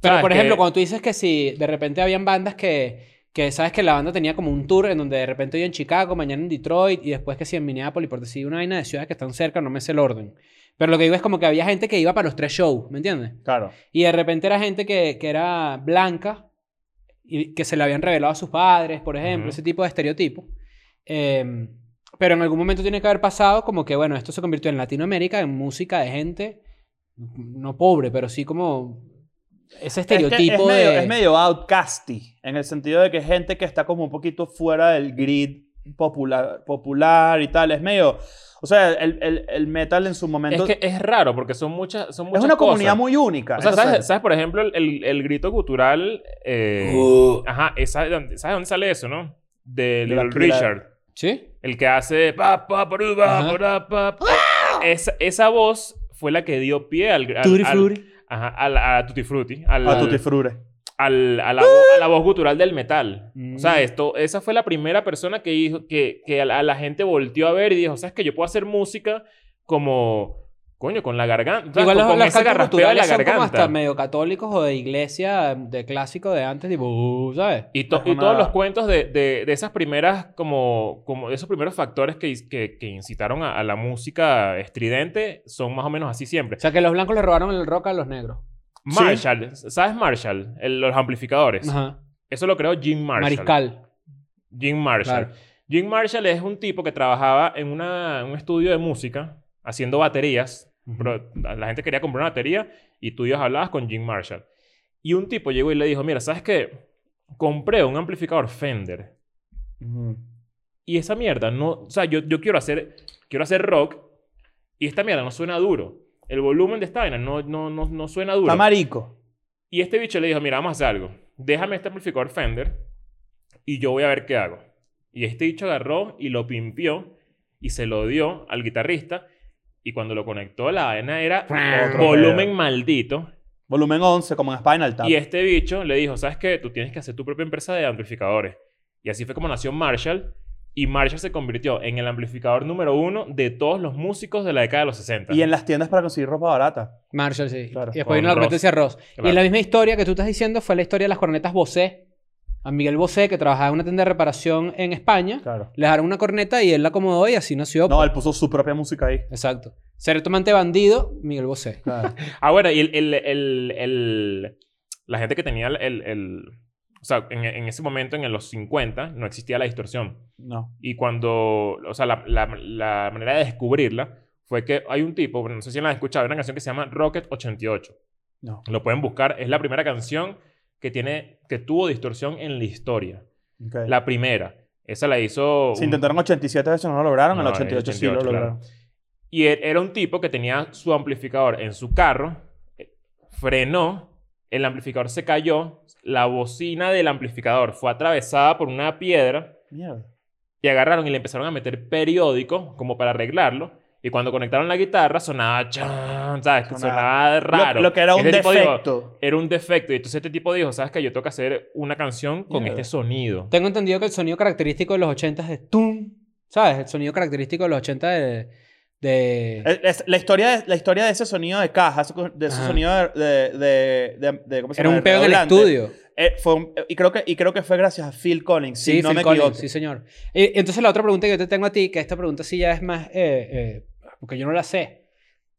Pero,
¿Sabes?
por
Que-
ejemplo, cuando tú dices que si de repente habían bandas que, que sabes que la banda tenía como un tour en donde de repente yo en Chicago, mañana en Detroit y después que si en Minneapolis, por decir una vaina de ciudades que están cerca, no me sé el orden. Pero lo que digo es como que había gente que iba para los tres shows, ¿me entiendes?
Claro.
Y de repente era gente que, que era blanca y que se le habían revelado a sus padres, por
Ujú.
ejemplo, ese tipo de estereotipos. Eh, pero en algún momento tiene que haber pasado como que, bueno, esto se convirtió en Latinoamérica en música de gente, no pobre, pero sí como ese
Es que
estereotipo
es, medio,
de...
es medio outcasty, en el sentido de que es gente que está como un poquito fuera del grid popular, popular y tal. Es medio. O sea, el, el- el metal en su momento.
es que es raro porque son muchas, son
es
muchas
una comunidad
cosas.
muy única.
O sea,
Entonces,
¿sabes, sabes, por ejemplo, el, el- el grito cultural? eh, Ajá, esa- ¿sabes de dónde sale eso, no? De
De la
Little
cura-
Richard.
¿Sí?
El que hace... pa, pa, paru, pa,
Ajá.
pa, pa, pa. Esa, esa voz fue la que dio pie al... al-
Tutti
al-
Frutti.
Ajá, a, la- a Tutti Frutti. Al,
A Tutti Frure.
al- a, la, vo- a la voz gutural del metal. O
Mm.
sea, esto, esa fue la primera persona que, dijo, que, que a, la, a la gente volteó a ver y dijo, ¿sabes que Yo puedo hacer música como, Coño, con la garganta.
Igual
con,
los,
con
los
ese
cantos
garrapeo de la
culturales son como hasta
garganta.
medio católicos o de iglesia, de clásico de antes, tipo, uh, ¿sabes?
Y, to-
Ajá,
y todos
nada.
los cuentos de, de, de esas primeras, como, como de esos primeros factores que, que, que incitaron a, a la música estridente son más o menos así siempre.
O sea, que los blancos le robaron el rock a los negros.
Sí.
Marshall, ¿sabes Marshall? El- los amplificadores.
Ajá.
Eso lo creó Jim Marshall.
Mariscal.
Jim Marshall.
Claro.
Jim Marshall es un tipo que trabajaba en una- un estudio de música haciendo baterías. Pero la gente quería comprar una batería y tú ibas hablabas con Jim Marshall. Y un tipo llegó y le dijo, mira, ¿sabes qué? Compré un amplificador Fender. Y esa mierda no... O sea, yo, yo quiero, hacer, quiero hacer rock y esta mierda no suena duro. El volumen de esta vaina no, no, no, no suena duro.
Está marico.
Y este bicho le dijo, mira, vamos a hacer algo. Déjame este amplificador Fender y yo voy a ver qué hago. Y este bicho agarró y lo pimpió y se lo dio al guitarrista. Y cuando lo conectó, la vaina era
Otro
Ah, volumen
pedo.
maldito.
Volumen 11, como en Spinal Tap.
Y este bicho le dijo, ¿sabes qué? Tú tienes que hacer tu propia empresa de amplificadores. Y así fue como nació Marshall. Y Marshall se convirtió en el amplificador número uno de todos los músicos de la década de los 60.
Y en las tiendas para conseguir ropa barata.
Marshall, sí.
Claro.
Y después
Con
vino la competencia Ross.
Claro.
Y la misma historia que tú estás diciendo fue la historia de las cornetas Bosé. A Miguel Bosé, que trabajaba en una tienda de reparación en España,
Claro.
le dejaron una corneta y él la acomodó y así nació.
No, él puso su propia música ahí.
Exacto. Ciertamente bandido, Miguel Bosé.
Claro.
Ah, bueno, y el, el, el, el- la gente que tenía el... el- el- o sea, en, en ese momento, en los 50, no existía la distorsión.
No.
Y cuando... O sea, la, la- la manera de descubrirla fue que hay un tipo, bueno, no sé si la han escuchado, hay una canción que se llama Rocket 88.
No.
Lo pueden buscar. Es la primera canción que, tiene, que tuvo distorsión en la historia.
Ok.
La primera. Esa la hizo...
Se
un-
intentaron 87 veces, no lo lograron. en
No,
el 88, sí lo
88, claro.
lograron.
Y e- era un tipo que tenía su amplificador en su carro, eh, frenó, el amplificador se cayó, la bocina del amplificador fue atravesada por una piedra
Mierda.
y agarraron y le empezaron a meter periódico como para arreglarlo. Y cuando conectaron la guitarra sonaba chan, ¿sabes? Sonaba,
Sonaba-
raro.
Lo, lo que era un
Este tipo dijo,
defecto.
era un defecto. Y entonces este tipo dijo, ¿sabes qué? Yo tengo que hacer una canción con
Mierda.
este sonido.
Tengo entendido que el sonido característico de los 80 es de tum. ¿Sabes? El sonido característico de los 80 de. de...
El- es- la, historia de, la historia de ese sonido de caja, ese co- de ese
Ajá.
sonido de, de, de- de- de- ¿cómo se
Era
llama?
un pedo en el
Redoblante.
estudio.
Eh, fue un- y, creo que, y creo que fue gracias a Phil Collins.
Sí,
si no
Phil
me
Collins,
equivoco.
sí, señor. Eh, entonces la otra pregunta que yo te tengo a ti, que esta pregunta sí ya es más, eh, eh, porque yo no la sé.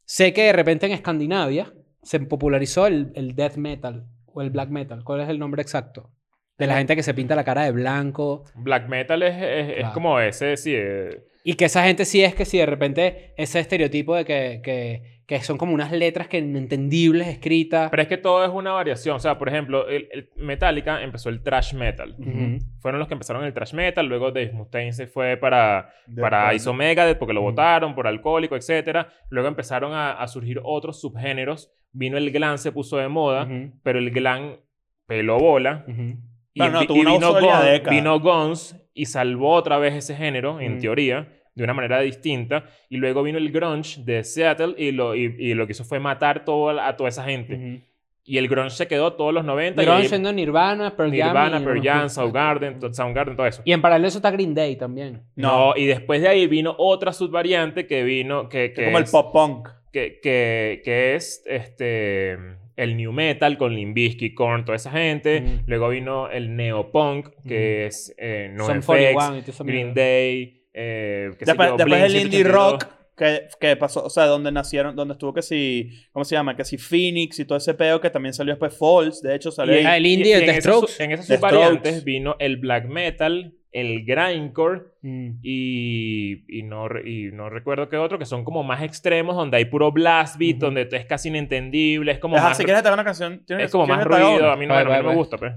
Sé que de repente en Escandinavia se popularizó el, el death metal o el black metal. ¿Cuál es el nombre exacto? De la
Eh,
gente que se pinta la cara de blanco.
Black metal es, es- es
Claro.
como ese, sí. eh,
Y que esa gente sí es que si de repente ese estereotipo de que, que, que son como unas letras que inentendibles escritas.
Pero es que todo es una variación. O sea, por ejemplo, el, el Metallica empezó el thrash metal.
Ujú.
Fueron los que empezaron el thrash metal. Luego Dave Mustaine se fue para,
De-
para
de-
Iso Megadeth porque lo
Ujú.
votaron, por alcohólico, etc. Luego empezaron a, a surgir otros subgéneros. Vino el glam, se puso de moda.
Ujú.
Pero el glam peló bola.
Ujú.
Y,
Claro, no,
vi-
tuvo
y
una
vino,
sola
Guns-
década.
vino Guns y salvó otra vez ese género, en
Mm.
teoría, de una manera distinta. Y luego vino el grunge de Seattle y lo, y, y lo que hizo fue matar todo, a toda esa gente.
Ujú.
Y el grunge se quedó todos los 90. y
Grunge
ahí
siendo Nirvana, Pearl Jam
Nirvana,
y-
Pearl Jam, Soundgarden, to- Soundgarden, todo eso.
Y en paralelo eso está Green Day también.
No.
No.
y después de ahí vino otra subvariante que vino, que, que
Es como
es-
el pop punk.
Que, que- que es este, el new metal con Limbisky, Korn, toda esa gente.
Ujú.
Luego vino el neopunk, que
Ujú.
es eh,
Mm. Son
NoFX,
41 y toda esa
Green
mierda.
Day, eh, qué sé
Después,
yo,
después
Blink
el indie
182.
rock que, que pasó, o sea, donde nacieron, donde estuvo que si, ¿cómo se llama? Que si Phoenix y todo ese peo que también salió después Falls, de hecho salió
Y-
ahí.
Ah, el indie,
y- y
el
en
The
esas
Strokes.
su- En esas
The
subvariantes
Strokes.
vino el black metal, el grindcore,
Mm.
y, y, no, re- y no recuerdo qué otro, que son como más extremos, donde hay puro blast beat,
Ujú.
donde es casi inentendible, es como
Ajá,
más,
si quieres te hago una canción, tienes
es como más
quieres que te haga
ruido,
una.
a mí no,
Bye,
bueno, a mí no me
bye, bye.
gusta. Pues.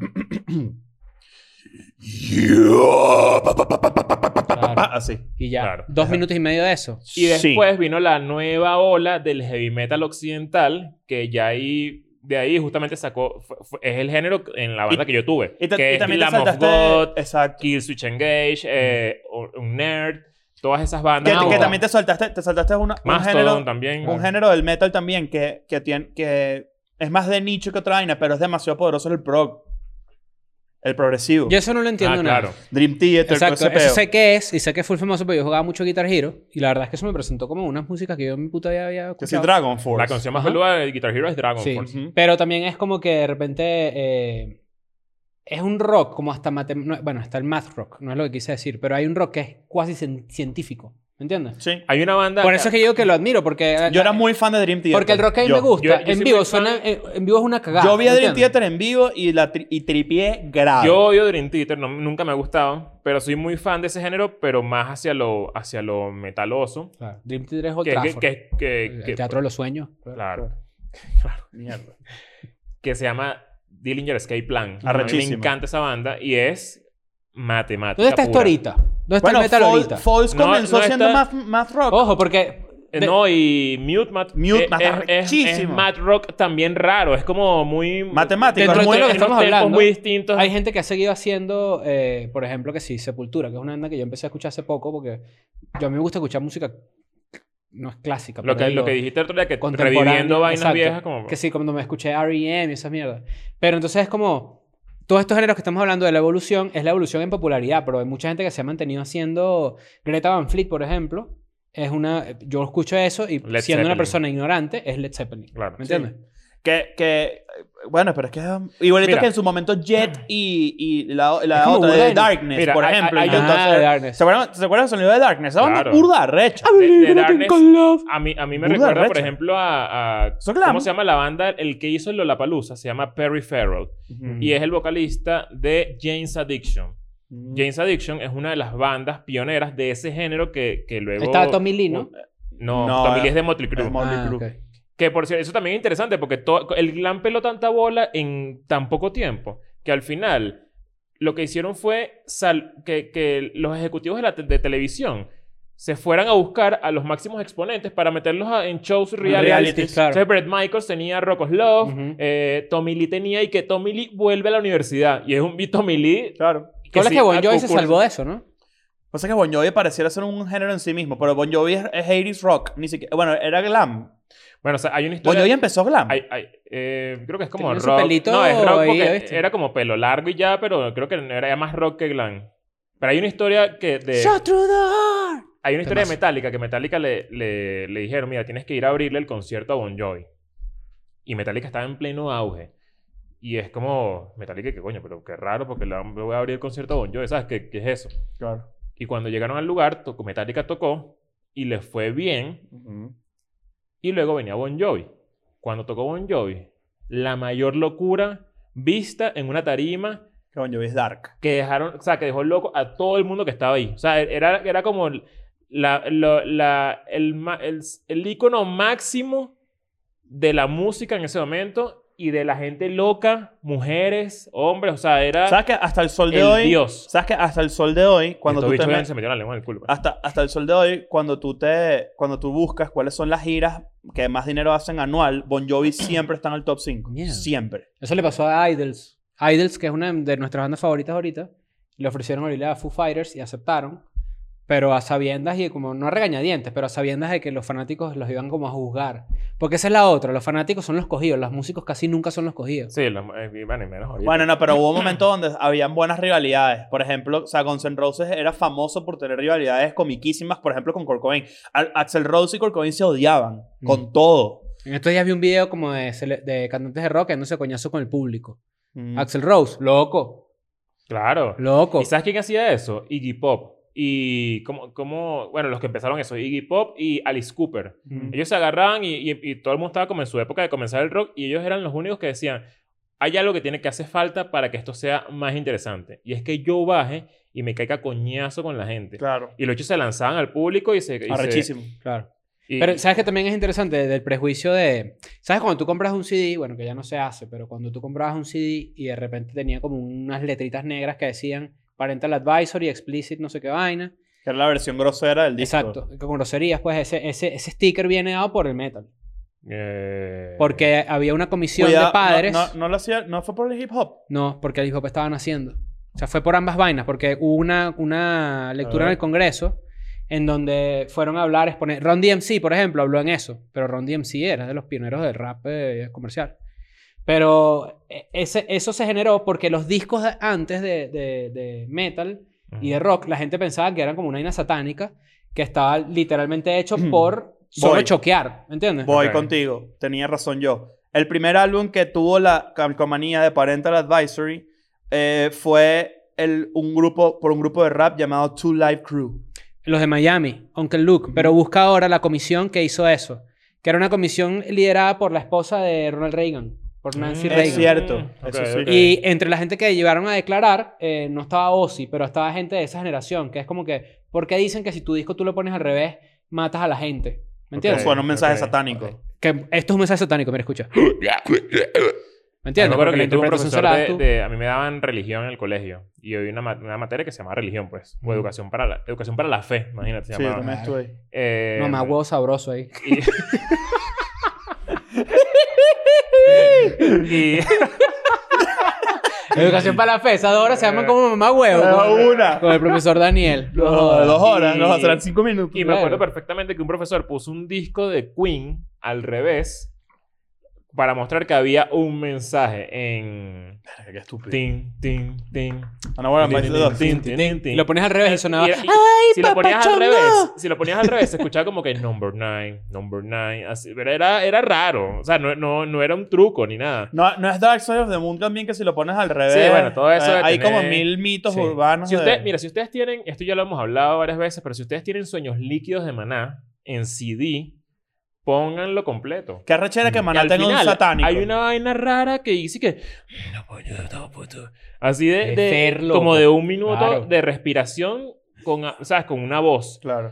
Claro.
Ah, así.
Y ya.
Claro.
Dos minutos y medio de eso.
Y
Sí.
después vino la nueva ola del heavy metal occidental, que ya ahí, de ahí justamente sacó, fue- fue- es el género en la banda
Y-
que yo tuve,
Y, te-
que
y
es
también te
Lamb of
saltaste.
God,
exacto.
Kill Switch Engage, eh, o- un nerd, todas esas
Que,
bandas.
que
como
también te saltaste, te saltaste una, un
Mastodon
género,
también.
un género del metal también que, que tiene, que es más de nicho que otra vaina, pero es demasiado poderoso el prog. El progresivo.
Yo eso no lo entiendo
ah,
nada.
claro.
Dream Theater, todo
Exacto,
ese
eso
peo.
sé qué es, y sé que fue famoso porque yo jugaba mucho Guitar Hero, y la verdad es que eso me presentó como unas músicas que yo en mi puta vida había
Que sí,
escuchado.
Dragon
La
Force.
canción más
Ajá.
peluda de Guitar Hero es Dragon
Sí.
Force.
Ujú.
Pero también es como que de repente eh, es un rock, como hasta mate- no- bueno, hasta el math rock, no es lo que quise decir, pero hay un rock que es cuasi cien- científico, ¿me entiendes?
Sí.
Hay una banda.
Por eso es que yo digo que lo admiro, porque eh,
Yo era muy fan de Dream Theater.
porque el rock que a mí
Yo.
me gusta
Yo- yo
en
soy
vivo
muy
suena eh,
fan-
en, en vivo es una cagada.
yo vi a
¿me
Dream
entiendes?
Theater en vivo y, la tri- y tripié grave.
Yo odio Dream Theater, no- nunca me ha gustado, pero soy muy fan de ese género, pero más hacia lo, hacia lo metaloso.
Claro, Dream Theater es Old
Que, que,
Trafford,
que, que-
el
que-
teatro de los sueños.
Claro.
Mierda.
que se llama Dillinger Escape Plan. A mí me
Arrechísimo.
encanta esa banda y es matemática.
¿Dónde está esto
pura.
ahorita? ¿Dónde está
Bueno,
el metal ahorita?
Falls
No,
comenzó
no
siendo
está-
math, math rock.
Ojo, porque
Eh,
de-
no, y Mute Mat.
Mute
eh,
Mat,
es- es, es,
arrechísimo.
Mat Rock también raro. Es como muy.
Matemático. Es
Dentro de
muy,
todo lo
en
que
unos
estamos
tiempos
hablando,
muy distintos.
Hay gente que ha seguido haciendo, eh, por ejemplo, que sí, Sepultura, que es una banda que yo empecé a escuchar hace poco porque yo a mí me gusta escuchar música, no es clásica,
lo,
pero
que,
digo,
lo que dijiste el otro día, que
contemporánea,
reviviendo vainas
exacto.
viejas, como.
Que sí, cuando me escuché R.E.M. y esas mierdas. Pero entonces es como, todos estos géneros que estamos hablando de la evolución, es la evolución en popularidad, pero hay mucha gente que se ha mantenido haciendo Greta Van Fleet, por ejemplo. Es una, yo escucho eso y
Led
siendo
Zeppelin.
una persona ignorante, es Led Zeppelin.
Claro.
¿Me entiendes?
Que, que, bueno, pero es que. um, Igualito
Mira.
que en su momento Jet y, y la, la
Es como
otra
burda
de
de-
Darkness,
Mira,
por
hay-
ejemplo.
hay- hay-
intentó
Ah,
hacer-
de Darkness.
¿Se acuerdan, ¿Se acuerdan del sonido de Darkness? Esa banda
Claro.
es burda recha.
De- de Darkness-
Love.
A mí, a mí me
Burda
recuerda, por
recha.
ejemplo, a. a-
Eso
¿Cómo
clamo.
se llama la banda? El que hizo el Lollapalooza se llama Perry Farrell.
Mm.
Y es el vocalista de James Addiction.
Mm.
James Addiction es una de las bandas pioneras de ese género que, que luego.
Estaba Tommy Lee, ¿no? Ah,
No,
No,
Tommy Lee
eh,
es de Motley Crue.
es Mo- Motley Crue.
ok.
Que por cierto, eso también es interesante porque to- el glam peló tanta bola en tan poco tiempo que al final lo que hicieron fue sal- que, que los ejecutivos de, la te- de televisión se fueran a buscar a los máximos exponentes para meterlos a- en shows reales.
Realities, claro.
Entonces, Bret Michaels tenía Rock of Love,
Ujú.
eh, Tommy Lee tenía y que Tommy Lee vuelve a la universidad. Y es un y Tommy Lee.
Claro.
que
Tú hablas
sí,
que Bon
a-
Jovi se
ocurre-
salvó de eso, ¿no?
Pasa que Bon Jovi pareciera ser un género en sí mismo, pero Bon Jovi es, es 80s rock. Ni siquiera, bueno, era glam.
Bueno, o sea, hay una
Bon
historia.
Jovi empezó glam.
Ay, ay, eh, creo que es como
Tenía su
rock.
pelito
no, es rock
ahí,
porque
¿viste?
era como pelo largo y ya, pero creo que no era más rock que glam. Pero hay una historia que
Eh.
de hay una historia de
Temazo.
Metallica que Metallica le, le, le dijeron, mira, tienes que ir a abrirle el concierto a Bon Jovi. Y Metallica estaba en pleno auge. Y es como, Metallica, que coño, pero qué raro porque le le voy a abrir el concierto a Bon Jovi, ¿sabes? ¿Qué, qué es eso?
Claro.
Y cuando llegaron al lugar, tocó- Metallica tocó y les fue bien.
Ujú.
Y luego venía Bon Jovi. Cuando tocó Bon Jovi, la mayor locura vista en una tarima
Que Bon Jovi es dark.
que dejaron, o sea, que dejó loco a todo el mundo que estaba ahí. O sea, era, era como la, lo- la- el, ma- el, el ícono máximo de la música en ese momento y de la gente loca, mujeres, hombres, o sea, era
¿Sabes que hasta el sol de
el
hoy.
dios.
¿Sabes que hasta el sol de hoy, cuando
Estos
tú Ah. te
bichos
metes.
se metieron la lengua en el culo. pues.
Hasta, hasta el sol de hoy, cuando tú, te, cuando tú buscas cuáles son las giras que más dinero hacen anual, Bon Jovi siempre está en el top 5.
Mierda.
Siempre.
Eso le pasó a Idols. Idols, que es una de nuestras bandas favoritas ahorita, le ofrecieron abrirle a Foo Fighters y aceptaron. Pero a sabiendas y como no a regañadientes, pero a sabiendas de que los fanáticos los iban como a juzgar. Porque esa es la otra, los fanáticos son los cogidos, los músicos casi nunca son los cogidos.
Sí, los- eh, bueno, y menos ahorita.
Bueno, no, pero hubo momentos donde habían buenas rivalidades. Por ejemplo, o sea, Guns N' Roses era famoso por tener rivalidades comiquísimas, por ejemplo, con Kurt Cobain. Al- Axel Rose y Kurt Cobain se odiaban
Mm.
con todo.
En estos días vi un video como de, cele- de cantantes de rock que no se coñazo con el público.
Mm.
Axel Rose, loco,
claro.
loco.
¿Y sabes quién hacía eso? Iggy Pop. Y como, como, bueno, los que empezaron eso, Iggy Pop y Alice Cooper.
Mm.
Ellos se agarraban y, y- y todo el mundo estaba como en su época de comenzar el rock y ellos eran los únicos que decían, hay algo que tiene que hacer falta para que esto sea más interesante. Y es que yo baje y me caiga coñazo con la gente.
Claro.
Y los hechos se lanzaban al público y se... y se-
Arrechísimo.
Claro.
y-
Pero sabes que también es interesante del prejuicio de, sabes cuando tú compras un CD, bueno que ya no se hace, pero cuando tú comprabas un CD y de repente tenía como unas letritas negras que decían parental advisory, explicit, no sé qué vaina.
Que era la versión grosera del disco.
Exacto, con groserías, pues ese, ese, ese sticker viene dado por el metal,
eh,
porque había una comisión
Cuidado,
de padres.
No, no, no lo hacía, no fue por el hip hop.
No, porque el hip hop estaban haciendo. O sea, fue por ambas vainas, porque hubo una, una lectura en el Congreso en donde fueron a hablar, exponer. Ron DMC, por ejemplo, habló en eso, pero Ron DMC era de los pioneros del rap eh, comercial. Pero eh, ese, eso se generó porque los discos de- antes de, de- de metal y de rock, la gente pensaba que eran como una vaina satánica que estaba literalmente hecho por solo
Voy.
choquear, ¿me entiendes?
Voy
Ok.
contigo. Tenía razón yo. El primer álbum que tuvo la calcomanía de Parental Advisory eh, fue el, un grupo, por un grupo de rap llamado Two Live Crew.
Los de Miami, Uncle Luke, pero busca ahora la comisión que hizo eso, que era una comisión liderada por la esposa de Ronald Reagan, por Nancy
Mm,
Es
Reagan.
cierto.
Ok,
Eso sí.
ok.
Y entre la gente que llevaron a declarar, eh, no estaba Ozzy, pero estaba gente de esa generación, que es como que, ¿por qué dicen que si tu disco tú lo pones al revés, matas a la gente? ¿Me entiendes?
Fue un mensaje
ok.
satánico.
Que esto es un mensaje satánico, mira, escucha. ¿Me
Yo me
entiendes?
acuerdo
Porque
Ah, que yo
la
tuve un
interpretación
profesor
será
de,
tú.
de- A mí me daban religión en el colegio. Y había una, ma- una materia que se llamaba religión, pues. O educación para la, educación para la fe, imagínate. Se
Sí, yo
llamaba.
también estuve ahí.
Eh,
No, más huevo sabroso ahí.
y-
Educación para la fe, esas dos horas se
Eh,
llaman como mamá huevo.
Cada
con-
una.
Con el profesor Daniel.
No, dos horas, no,
Y-
serán cinco minutos.
Y me acuerdo
Claro.
perfectamente que un profesor puso un disco de Queen al revés para mostrar que había un mensaje en...
Qué estúpido.
Tin, tin, tin.
Ah, no, bueno, me hice dos.
tin, tin, tin,
Y
tin.
lo pones al revés y sonaba.
Y- y- si lo ponías al revés, si lo ponías al revés, se escuchaba como que number nine, number nine, así, pero era, era raro, o sea, no, no, no era un truco ni nada.
No, no es Dark Side of the Moon también que si lo pones al revés.
bueno, todo eso
eh,
de
hay
tener-
como mil mitos
Sí.
urbanos.
Si
de-
usted, mira, si ustedes tienen, esto ya lo hemos hablado varias veces, pero si ustedes tienen sueños líquidos de maná en CD, pónganlo completo. Mm.
Qué arrechera que
Y
Maná
al
tenga un
final,
satánico.
Hay una vaina rara que dice que. "No, coño, no, puto". Así de.
De
de-
ser loco.
como de un minuto
Claro.
de respiración con, a- ¿sabes? con una voz.
Claro.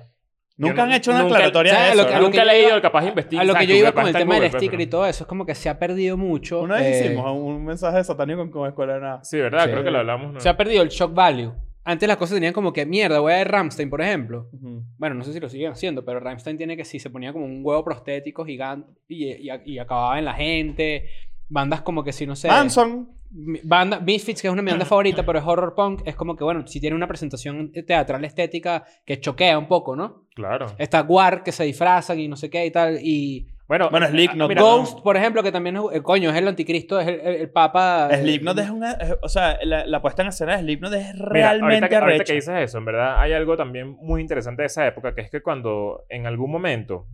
Yo
Nunca han
no-
hecho una
nunca-
aclaratoria
¿sabes
de
lo
eso.
que-
¿no?
lo
Nunca he
yo
leído
iba-
el capaz investigar.
A lo que yo iba con el tema del
pues,
sticker y todo eso, es como que se ha perdido mucho.
Una vez
eh,
hicimos un mensaje satánico en como escuela de nada.
Sí, ¿verdad?
Sí.
Creo que lo hablamos. ¿no?
Se ha perdido el shock value. Antes las cosas tenían como que mierda, voy a ver Ramstein, por ejemplo.
Ujú.
Bueno, no sé si lo siguen haciendo, pero Ramstein tiene que sí, se ponía como un huevo prostético gigante y, y- y acababa en la gente. Bandas como que si no sé.
Manson.
Mi- Banda, Misfits, que es una de mi banda favorita, pero es horror punk, es como que, bueno, si tiene una presentación teatral estética que choquea un poco, ¿no?
Claro.
Está War, que se disfrazan y no sé qué y tal, y
Bueno,
Bueno, Slipknot.
Ah, mira,
Ghost, por ejemplo, que también es, eh, coño, es el anticristo, es el, el- el papa... eh,
Slipknot es una... es- O sea, la, la puesta en escena de Slipknot es
Mira, ahorita
realmente
que- ahorita,
arrecha.
que dices eso, en verdad hay algo también muy interesante de esa época, que es que cuando en algún momento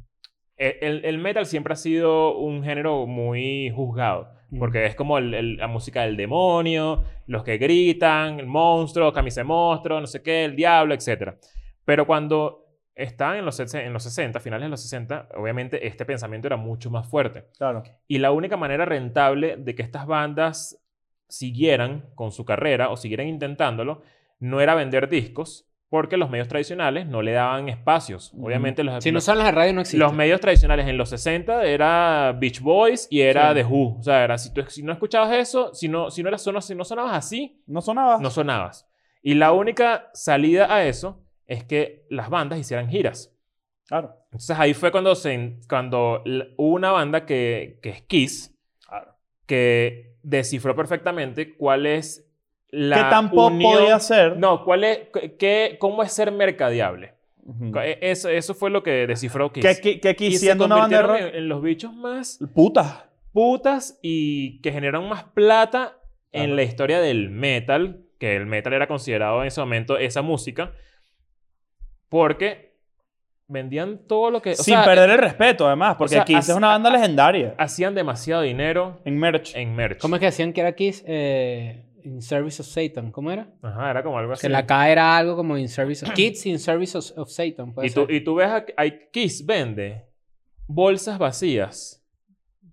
el, el- el metal siempre ha sido un género muy juzgado,
Mm.
porque es como el- el- la música del demonio, los que gritan, el monstruo, camisa de monstruo, no sé qué, el diablo, etc. Pero cuando estaban en los, sesen- en los 60, finales de los 60, obviamente este pensamiento era mucho más fuerte.
Claro.
Y la única manera rentable de que estas bandas siguieran con su carrera o siguieran intentándolo no era vender discos porque los medios tradicionales no le daban espacios. Obviamente los,
Si no
los,
son las de radio, no existen.
los medios tradicionales en los 60 era Beach Boys y era
Sí.
The Who. O sea, era, si, tú, si no escuchabas eso, si no, si no, eras, sono- si no sonabas así,
No sonaba.
no sonabas. Y la única salida a eso es que las bandas hicieran giras.
Claro.
Entonces ahí fue cuando, se, en- cuando l- hubo una banda que, que es Kiss, que descifró perfectamente cuál es la
Que tampoco
unión-
podía ser.
No, cuál es, qué- qué- cómo es ser mercadeable.
Ujú.
E- Eso, eso fue lo que descifró Kiss.
Que, que, que aquí
y se
siendo una banda de
convirtieron
rock...
en, en los bichos más
Puta.
putas y que generaron más plata
Claro.
en la historia del metal, que el metal era considerado en ese momento esa música, porque vendían todo lo que... o
Sin
sea, eh,
perder el respeto, además. Porque
sea,
aquí es
hace-
una banda legendaria.
hacían demasiado dinero
En merch.
en merch.
¿Cómo es que decían que era Kiss? Eh, in Service of Satan, ¿cómo era?
Ajá, era como algo así.
Que la K era algo como In Service of... Kids in Service of, of Satan, puede
y, tú,
ser. Eh,
y tú ves, a, hay- Kiss vende bolsas vacías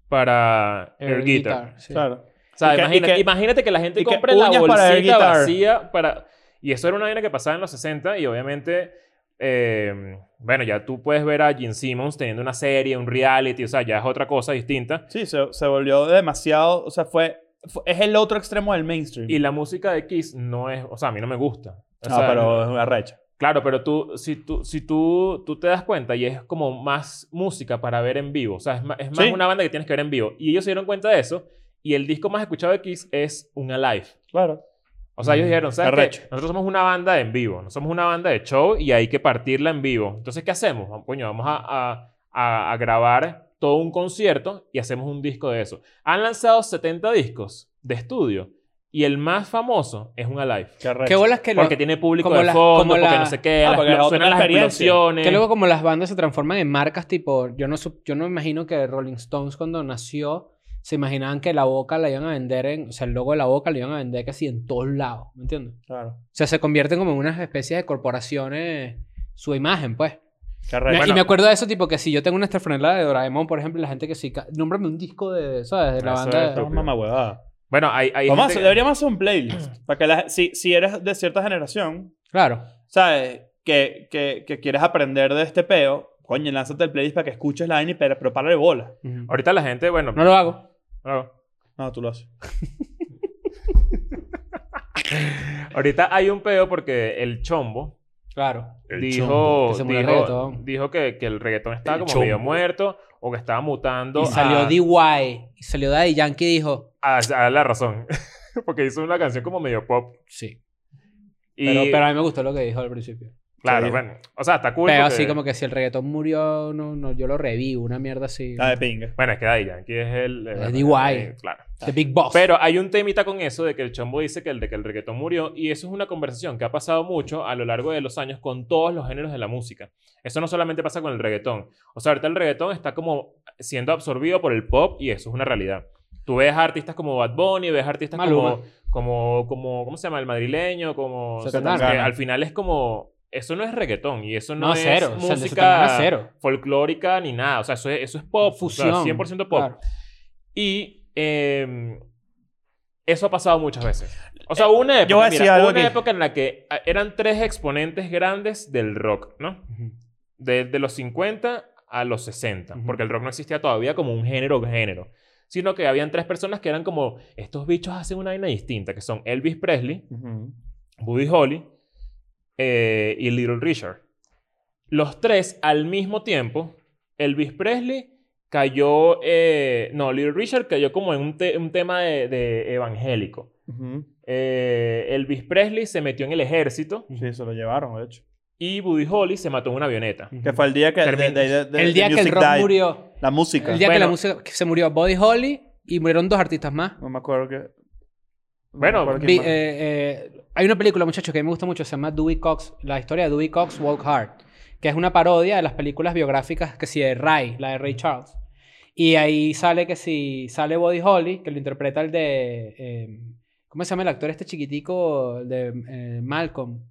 para
Air
el guitar.
guitar, sí.
Claro.
O sea,
Y que- y
imagínate,
que-
imagínate que la gente
y que
compre la
uñas para Air
bolsita
Guitar.
vacía para... Y eso era una vaina que pasaba en los 60 y obviamente... eh, bueno, ya tú puedes ver a Gene Simmons teniendo una serie, un reality, o sea, ya es otra cosa distinta.
Sí, se, se volvió demasiado... O sea, fue... fue- Es el otro extremo del mainstream.
Y la música de Kiss no es, o sea, a mí no me gusta. O
Ah,
sea,
pero es una recha.
Claro, pero tú, si tú, si tú, tú te das cuenta y es como más música para ver en vivo. O sea, es ma- es más,
Sí.
una banda que tienes que ver en vivo. Y ellos se dieron cuenta de eso. Y el disco más escuchado de Kiss es un Alive.
Claro.
O sea, ellos
Mm,
dijeron, ¿sabes qué?
arrecho.
Nosotros somos una banda en vivo. No somos una banda de show y hay que partirla en vivo. Entonces, ¿qué hacemos? Vamos, Coño, vamos a, a- a- a grabar todo un concierto y hacemos un disco de eso. Han lanzado 70 discos de estudio y el más famoso es un Alive.
Qué bolas que lo-
pues. Porque tiene público
como
de
la-
fondo,
como
porque
la-
no sé qué,
Ah,
las-
porque es
suenan
otra
las
experiencia.
explosiones.
Que luego como las bandas se transforman en marcas tipo, yo no, sup- yo no me imagino que Rolling Stones cuando nació se imaginaban que la boca la iban a vender en, o sea, el logo de la boca la iban a vender casi en todos lados, ¿me entiendes?
Claro.
O sea, se convierten como en unas especies de corporaciones, su imagen, pues.
Qué arrecho.
Me- y
Bueno,
me acuerdo de eso, tipo, que si yo tengo una estafranela de Doraemon, por ejemplo, y la gente que sí, ca- nómbrame un disco de, ¿sabes? De la
Eso
banda.
es
de-
no, mamá huevada.
Bueno, hay, hay gente
Vamos a hacer-
que-
deberíamos hacer un playlist. para que la- si, si eres de cierta generación,
Claro.
¿sabes? Que, que, que quieres aprender de este peo, coño, lánzate el playlist para que escuches la vaina y pero, pero párale bola.
Ujú.
Ahorita la gente, bueno...
No lo hago.
no.
No, tú lo haces.
Ahorita hay un peo porque el chombo
Claro.
dijo,
que se murió el
dijo,
reggaetón.
dijo que, que el reggaetón estaba
El
como
chombo.
medio muerto o que estaba mutando
Y salió
a,
DY. Y salió Daddy Yankee y dijo,
a- a la razón. porque hizo una canción como medio pop.
sí.
Y,
Pero, pero a mí me gustó lo que dijo al principio.
claro,
Sí.
bueno. O sea, está cool.
Pero
porque-
así como que si el reggaetón murió, no, no, yo lo revivo, una mierda así.
Ah,
La de pinga.
Bueno, es que Daddy Yankee es el... eh,
Es
bueno,
DY.
eh, Claro.
The Big Boss.
Pero hay un temita con eso de que el chombo dice que el de que el reggaetón murió y eso es una conversación que ha pasado mucho a lo largo de los años con todos los géneros de la música. Eso no solamente pasa con el reggaetón. O sea, ahorita el reggaetón está como siendo absorbido por el pop y eso es una realidad. Tú ves artistas como Bad Bunny, ves artistas
Maluma.
como, como, como, ¿cómo se llama? El madrileño, como...
Zetangana.
que al final es como, eso no es reggaetón y eso no,
no,
es
cero. O sea, el de
música
Zetangana, cero.
folclórica ni nada. O sea, eso es, eso es pop, fusión.
Fusión.
100% pop.
Claro.
Y eh, eso ha pasado muchas veces. O sea, hubo una época,
Eh, yo voy a decir
mira,
algo
hubo una
aquí.
época en la que ah, eran tres exponentes grandes del rock, ¿no?
Ujú.
De, de los 50 a los 60,
Ujú.
porque el rock no existía todavía como un género género, sino que habían tres personas que eran como, estos bichos hacen una vaina distinta, que son Elvis Presley, Buddy Holly eh, y Little Richard. Los tres al mismo tiempo, Elvis Presley cayó, eh, no, Little Richard cayó como en un, te- un tema de, de evangélico.
Ujú.
Eh, Elvis Presley se metió en el ejército
Sí, se lo llevaron, de hecho.
y Buddy Holly se mató en una avioneta.
Que fue el día que...
Termin-
de- de- de-
el día
de
que el
Music
rock
Died.
murió.
La música.
El día que la
Bueno.
música que se murió Body Holly y murieron dos artistas más.
No me acuerdo que... no me
Bueno,
acuerdo quién
Vi-
más.
eh, eh, hay una película, muchachos, que a mí me gusta mucho, se llama Dewey Cox, la historia de Dewey Cox Walk Hard, que es una parodia de las películas biográficas que si de Ray, la de Ray Charles. Y ahí sale que si sale Buddy Holly, que lo interpreta el de. eh, ¿Cómo se llama el actor este chiquitico el de eh, Malcolm?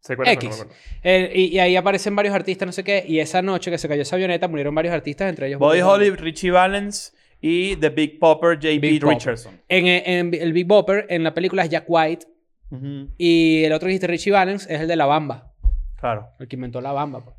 ¿Se acuerdan?
X.
No me acuerdo.
Eh, y, y ahí aparecen varios artistas, no sé qué. Y esa noche que se cayó esa avioneta murieron varios artistas, entre ellos
Buddy Holly, Richie Valens y The Big Popper,
Big
J.B.
Popper.
Richardson.
En, en el Big Bopper, en la película es Jack White.
Ujú.
Y el otro que dijiste, Richie Valens, es el de La Bamba.
Claro.
El que inventó La Bamba. pues.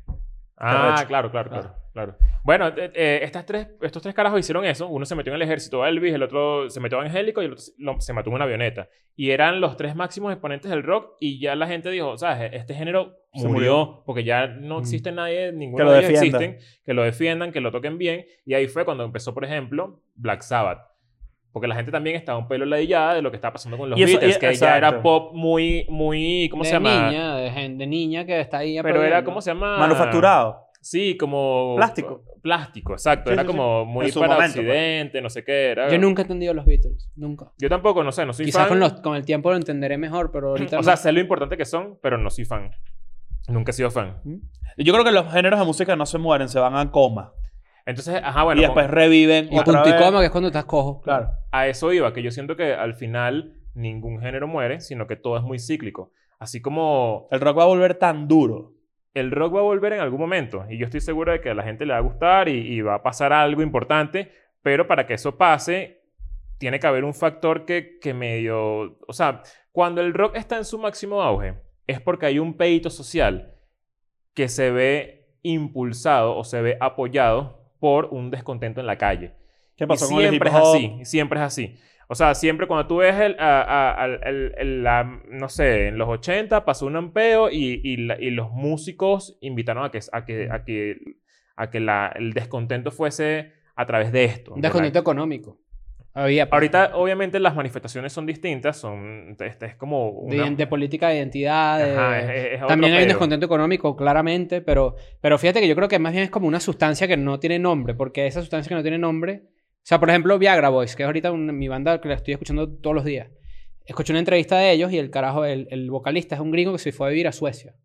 Ah,
Arrecho.
claro, claro, claro. claro. Bueno, eh, eh, estas tres, estos tres carajos hicieron eso. Uno se metió en el ejército Elvis, el otro se metió evangélico y el otro se, lo- se mató en una avioneta. Y eran los tres máximos exponentes del rock y ya la gente dijo, ¿sabes? Este género
Se
murió, porque ya no
Mm.
existe nadie, ninguno
Que lo
de ellos
defienda.
existen, que lo defiendan, que lo toquen bien. Y ahí fue cuando empezó, por ejemplo, Black Sabbath. Porque la gente también estaba un pelo ladillada de lo que estaba pasando con los
Y eso-
Beatles,
y-
que ya era
exacto.
pop muy, muy, ¿cómo
de
se llama?
Niña, de, gen- de niña que está ahí.
Pero era,
aprendiendo.
¿cómo se
Ah.
llama?
Manufacturado.
Sí, como...
Plástico.
Plástico, exacto.
Sí,
era
sí,
como muy
En su
para
momento, pues.
Occidente, no sé qué. Era...
Yo nunca he entendido los Beatles. Nunca.
Yo tampoco, no sé, no soy
Quizás
fan.
con, los, con el tiempo lo entenderé mejor, pero ahorita.
O
no.
sea, sé lo importante que son, pero no soy fan. Nunca he sido fan.
Yo creo que los géneros de música no se mueren, se van a coma.
Entonces, ajá, bueno,
y después
con-
reviven.
o
otra
punto y
vez.
coma, que es cuando estás cojo.
Claro.
a eso iba, que yo siento que al final ningún género muere, sino que todo es muy cíclico. Así como
El rock va a volver tan duro.
el rock va a volver en algún momento y yo estoy seguro de que a la gente le va a gustar y, y va a pasar algo importante, pero para que eso pase tiene que haber un factor que, que medio... O sea, cuando el rock está en su máximo auge es porque hay un pedito social que se ve impulsado o se ve apoyado por un descontento en la calle.
¿Qué
Y
pasó con el hip
siempre es
hop?
así, siempre es así. O sea, siempre cuando tú ves el, a- a- al- el- el- la, no sé, en los 80 pasó un ampeo y, y la- y los músicos invitaron a que, a que, a que, a que la- el descontento fuese a través de esto.
Un
de la-
descontento económico. Había pues,
Ahorita, obviamente, las manifestaciones son distintas. Son, este es como
de,
una-
de política de identidad. de-
Ajá, es- es- es otro
También hay un
pedo.
descontento económico, claramente, pero, pero fíjate que yo creo que más bien es como una sustancia que no tiene nombre, porque esa sustancia que no tiene nombre. O sea, por ejemplo, Viagra Boys, que es ahorita un- mi banda que la estoy escuchando todos los días. Escuché una entrevista de ellos y el carajo, el, el vocalista es un gringo que se fue a vivir a Suecia.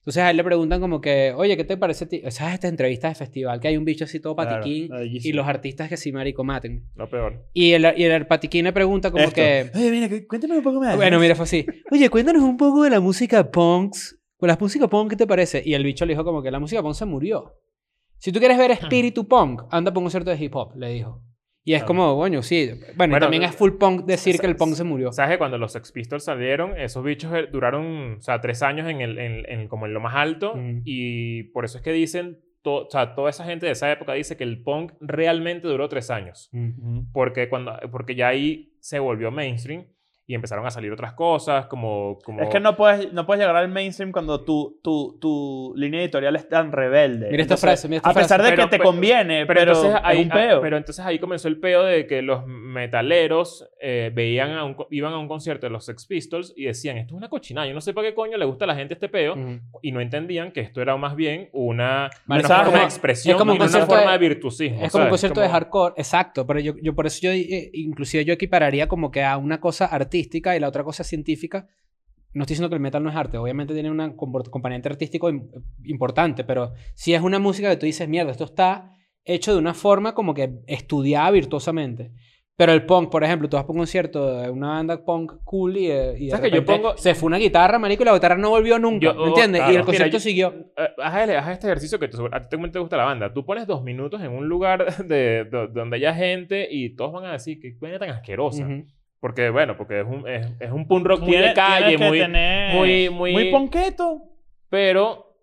Entonces a él le preguntan como que, oye, ¿qué te parece? a ti?" ¿Sabes estas entrevistas de festival? Que hay un bicho así todo
Claro,
patiquín
ladillísimo.
y los artistas que sí, marico, maten.
Lo peor.
Y el, y el patiquín le pregunta como
Esto.
que...
Oye, mira, cu- cuéntame un poco más.
Bueno, mira, fue así. Oye, cuéntanos un poco de la música punks. Con la música punk, ¿qué te parece? Y el bicho le dijo como que la música punk se murió. Si tú quieres ver espíritu punk, anda por un concierto de hip hop, le dijo. Y es
Claro.
como, bueno, sí. Ah. Bueno, y
Bueno,
también es full punk decir
sa-
que el punk se murió.
¿Sabes que cuando los Sex Pistols salieron, esos bichos eh, duraron, o sea, tres años en el, en, en- como en lo más alto?
Mm.
Y por eso es que dicen, to- o sea, toda esa gente de esa época dice que el punk realmente duró tres años.
Ujú.
Porque, cuando, porque ya ahí se volvió mainstream y empezaron a salir otras cosas, como... como
Es que no puedes, no puedes llegar al mainstream cuando tu, tu, tu línea editorial es tan rebelde.
Mira esta frase, mira esta
A pesar
frase.
de
Pero-
que te
pero-
conviene,
pero,
pero,
entonces ahí,
es un peo.
ah, pero entonces ahí comenzó el peo de que los metaleros eh, veían a un co- iban a un concierto de los Sex Pistols y decían, esto es una cochinada, yo no sé para qué coño le gusta a la gente este peo.
Ujú.
Y no entendían que esto era más bien una, una
Bueno, es
forma
como-
de expresión,
es como un
y no una
concierto
forma de,
de-
virtuosismo.
Es como un
¿sabes?
concierto de
Como-
hardcore, exacto, pero yo, yo por eso yo eh, inclusive yo equipararía como que a una cosa artística y la otra cosa científica. No estoy diciendo que el metal no es arte, obviamente tiene un componente artístico im- importante, pero si es una música que tú dices, mierda, esto está hecho de una forma como que estudiada virtuosamente. Pero el punk, por ejemplo, tú vas por un concierto de una banda punk cool y, eh, y de
¿Sabes que yo
repente
pongo-
se fue una guitarra, marico, y la guitarra no volvió nunca,
Yo-
¿me entiendes?
claro.
y el
Mira,
concierto
yo-
siguió.
Eh, haz, el- haz este ejercicio que tú- a ti te te gusta la banda. Tú pones dos minutos en un lugar de, do- donde haya gente y todos van a decir que vaina tan asquerosa.
Ujú.
Porque, bueno, porque es un, es, es un punk rock muy
Tiene-
de calle,
tienes que
muy,
tener-
muy- muy-
muy ponqueto.
Pero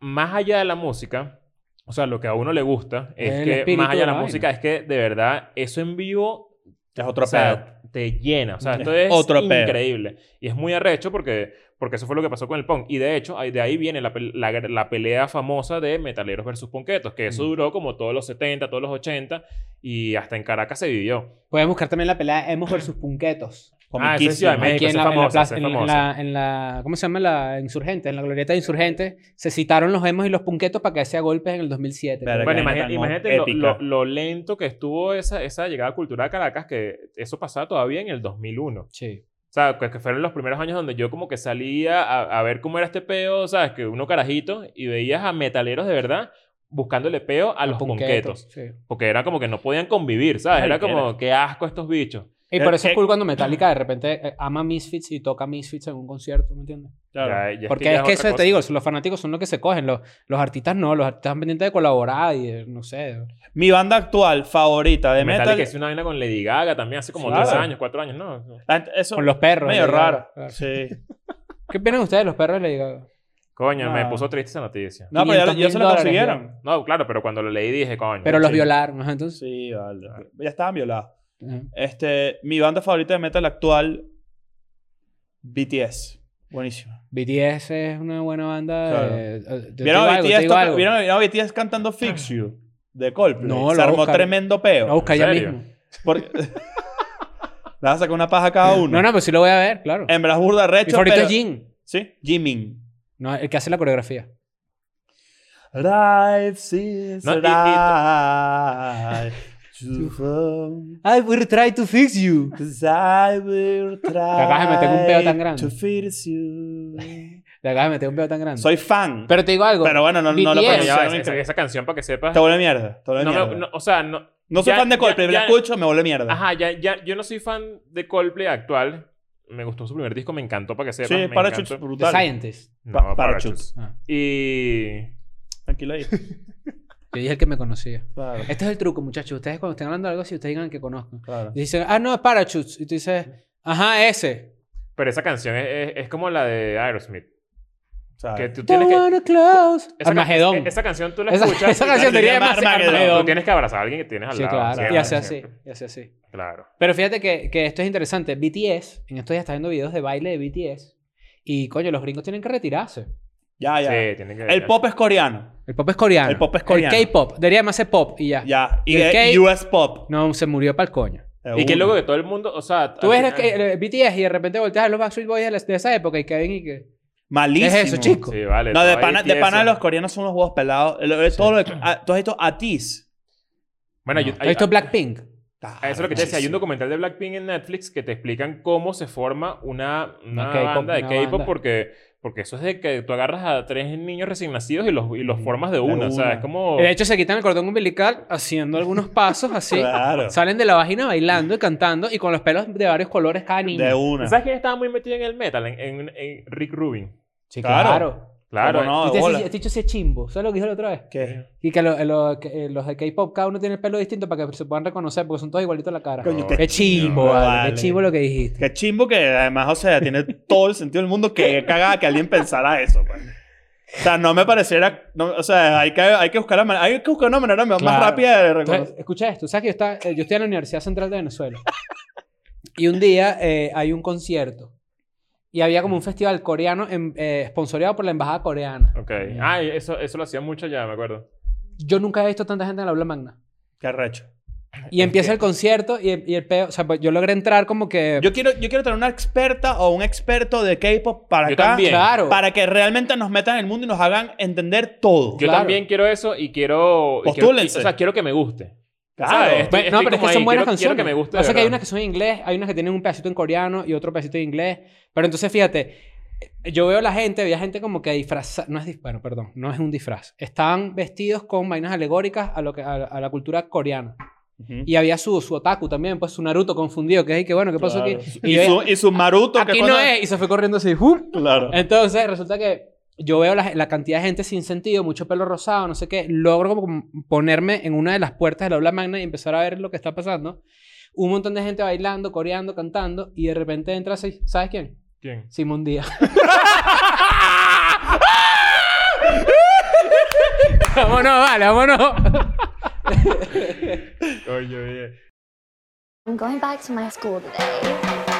más allá de la música, o sea, lo que a uno le gusta
Es el
es que
espíritu
más allá
de
de la
la
música es que de verdad eso en vivo
Es otro
o sea, te llena. O sea, esto es
Otro pedo.
increíble. Y es muy arrecho porque, porque eso fue lo que pasó con el punk. Y de hecho, ahí- de ahí viene la, pel- la, la pelea famosa de metaleros versus punketos, que eso
Mm.
duró como todos los 70, todos los 80 y hasta en Caracas se vivió.
Pueden buscar también la pelea Emos versus Punquetos.
Ah, ese es Ciudad de
Comiquísimo.
México.
Aquí en
esa es
la, en la
famosa, esa
plaza,
es
en la- en
famosa.
la- en la- ¿cómo se llama? La insurgente, en la glorieta de insurgentes, se citaron los emos y los punquetos para que hacía golpes en el 2007.
Verga.
Bueno,
que
imagi-
tan
imagínate lo,
épica.
lo- lo lento que estuvo esa, esa llegada cultural a Caracas, que eso pasaba todavía en el 2001.
Sí.
O sea, que, que fueron los primeros años donde yo como que salía a, a ver cómo era este peo, ¿sabes? Que uno carajito y veías a metaleros de verdad buscándole peo a los ponquetos.
Sí.
Porque era como que no podían convivir, ¿sabes?
Ay,
Era
qué
como, qué asco estos bichos.
Y por
Eh,
eso
eh.
es cool cuando Metallica de repente eh, ama Misfits y toca Misfits en un concierto, ¿me entiendes?
Claro.
Ya- ya
Porque es
ya
que
otra
eso
cosa.
te digo, los fanáticos son los que se cogen, los, los artistas no, los artistas están pendientes de colaborar y de, no sé.
Mi banda actual favorita de metal.
Metallica hizo una vaina con Lady Gaga también hace como
Sí,
3
claro.
años, 4 años, ¿no?
Ah, Eso
Con los perros.
medio
le digo.
raro.
Claro.
Sí.
¿Qué opinan ustedes de los perros? Le digo,
Coño, me
No.
puso triste esa noticia.
No, pero ya,
500.000
ya se lo
dólares,
consiguieron.
No, claro, pero cuando lo leí dije, coño.
Pero los
sí.
violaron, ajá, entonces.
Sí, vale. Ya estaban violados.
ajá.
Este, mi banda favorita de metal actual, BTS. Buenísimo.
BTS es una buena banda.
Claro.
de- eh, yo te
¿Vieron
digo
a,
algo, te
BTS
digo
toca-
algo. Ah.
¿Vieron, a- vieron a BTS cantando Fix You de Coldplay?
No,
Se
la voy a
armó
buscar.
tremendo
Lo
peo.
voy a buscar
¿En
ya
serio?
mismo.
Porque- Le vas a sacar una paja a cada uno.
No, no, pero sí lo voy a ver, claro.
En verdad, es burda
Mi
recho,
favorito
pero...
es Jin.
Sí, Jimin.
No, el que hace la coreografía.
Life is
No, y- y-
right to fall,
I will try to fix you.
'cause I will try
acabas de meter un peo tan grande.
to fix you.
Le acabas de meter un pedo tan grande.
Soy fan. Pero,
Pero te digo algo.
bueno, no, no lo
BTS.
Pero ya va,
pronunciaron.
esa, esa- esa canción para que sepas.
Te vuelve mierda. Te vuelve
no me-
mierda.
no,
no,
o sea, no,
soy
ya-
fan de
ya-
Coldplay, pero
ya-
la escucho, me vuelve mierda.
Ajá, ya, ya, yo no soy fan de Coldplay actual. Me gustó su primer disco, me encantó para que sepas.
sí,
me
para
encantó.
chutes
The
brutal.
Scientist.
No,
Pa-
Parachutes.
Parachutes.
Ah,
Y.
Tranquilo ahí.
yo dije el que me conocía.
Claro,
Este es el truco, muchachos. Ustedes cuando estén hablando de algo, si ustedes digan que conozcan.
claro.
Dicen, ah, no, es Parachutes. Y tú dices, ajá, ese.
Pero esa canción es, es- es como la de Aerosmith.
Sabes.
Que tú tienes
Don't
que.
wanna close.
esa can-
Armagedón.
e- Esa canción tú la
Esa-
escuchas.
esa
y-
canción
Se
debería
llama
llamarse
Armagedón.
Tú
Armagedón.
tienes que abrazar a alguien que tienes al
Sí,
lado.
claro.
siempre,
Y hace así.
siempre.
Y hace así.
Claro.
Pero fíjate que, que esto es interesante. BTS, en estos días está viendo videos de baile de BTS. Y coño, los gringos tienen que retirarse.
Ya, ya.
Sí, tiene que.
El pop es coreano.
El pop es coreano.
El pop es coreano.
El K-pop. Debería llamarse pop y ya.
Ya. Y
El
eh,
K-
US pop.
No, se murió pa'l coño.
De
Y qué
una.
loco que todo el mundo, o sea...
Tú
al
ves que,
final-
eh, BTS y de repente volteas a los Backstreet Boys de, las- de esa época y que ven y que... ¿Qué
Malísimo.
es eso, chico?
Sí, vale.
No, de
todo
pana,
ahí
de
tieso.
pana los coreanos son unos huevos pelados. Lo- Todo lo que- ah, ¿Tú has visto Atis?
Bueno, yo-
¿Has visto Blackpink?
Ah, Eso es lo que te decía. Hay un documental de Blackpink en Netflix que te explican cómo se forma una, una
Una K-pop,
banda de
una
K-pop
banda.
porque, porque eso es de que tú agarras a tres niños recién nacidos y los, y los formas de
de
una. O sea,
una.
es como...
De hecho, se quitan el cordón umbilical haciendo algunos pasos así.
Claro.
Salen de la vagina bailando y cantando y con los pelos de varios colores cada niño.
De una.
¿Sabes quién estaba muy metido en el metal? En, en- en Rick Rubin.
Sí,
Claro. Ah,
claro.
Claro.
¿Cómo no?
Este
de bola.
sí- este dicho sí es chimbo. ¿Sabes lo que dijo la otra vez?
¿Qué?
Y que lo- lo- que, eh, los de K-pop cada uno tiene el pelo distinto para que se puedan reconocer porque son todos igualitos en la cara.
Oh,
Coño,
Qué chimbo,
vale.
vale. Qué chimbo lo que dijiste.
Qué chimbo que además, o sea, tiene todo el sentido del mundo que cagada que alguien pensara eso, pues. O sea, no me pareciera. no, o sea, hay que, hay que buscar la manera- hay que buscar una manera más
Claro.
rápida de reconocer.
Entonces, escucha esto, sabes que yo, estaba- eh, yo estoy en la Universidad Central de Venezuela y un día eh, hay un concierto y había como un festival coreano en- eh, esponsoreado por la embajada coreana.
Ok. Ah, eso, eso lo hacía mucho ya, me acuerdo.
Yo nunca había visto tanta gente en la aula magna.
Qué arrecho.
Y empieza el concierto y, y el peo, o sea, pues, yo logré entrar como que
Yo quiero, yo quiero tener una experta o un experto de K-pop para
Yo
acá.
también.
claro.
Para que realmente nos metan en el mundo y nos hagan entender todo.
Yo
Claro.
también quiero eso y quiero... y quiero-
Postúlense.
o sea, quiero que me guste.
Claro.
¿sabes? Estoy- estoy
Bueno, no, pero es
como
que
ahí,
son buenas
quiero- quiero
canciones.
que me guste, de
O sea que hay
verdad.
unas que son en inglés, hay unas que tienen un pedacito en coreano y otro pedacito en inglés. Pero entonces, fíjate, yo veo la gente, veía gente como que disfrazada. No es dis- bueno, perdón, no es un disfraz. Estaban vestidos con vainas alegóricas a, lo que, a, a la cultura coreana.
Ujú.
Y había su, su otaku también, pues su Naruto confundido, que es ahí que bueno, ¿qué pasó
Claro.
aquí?
Y,
yo,
su, y su Maruto. que
aquí no
cuando-
es. Y se fue corriendo así, ¡hum!
Claro.
Entonces, resulta que yo veo la, la cantidad de gente sin sentido, mucho pelo rosado, no sé qué. Logro como ponerme en una de las puertas de la aula magna y empezar a ver lo que está pasando. Un montón de gente bailando, coreando, cantando. Y de repente entra, así, ¿sabes quién?
¿Quién?
Simón Díaz. vámonos, vale, vámonos.
Oye, oye.
I'm going back to my school today.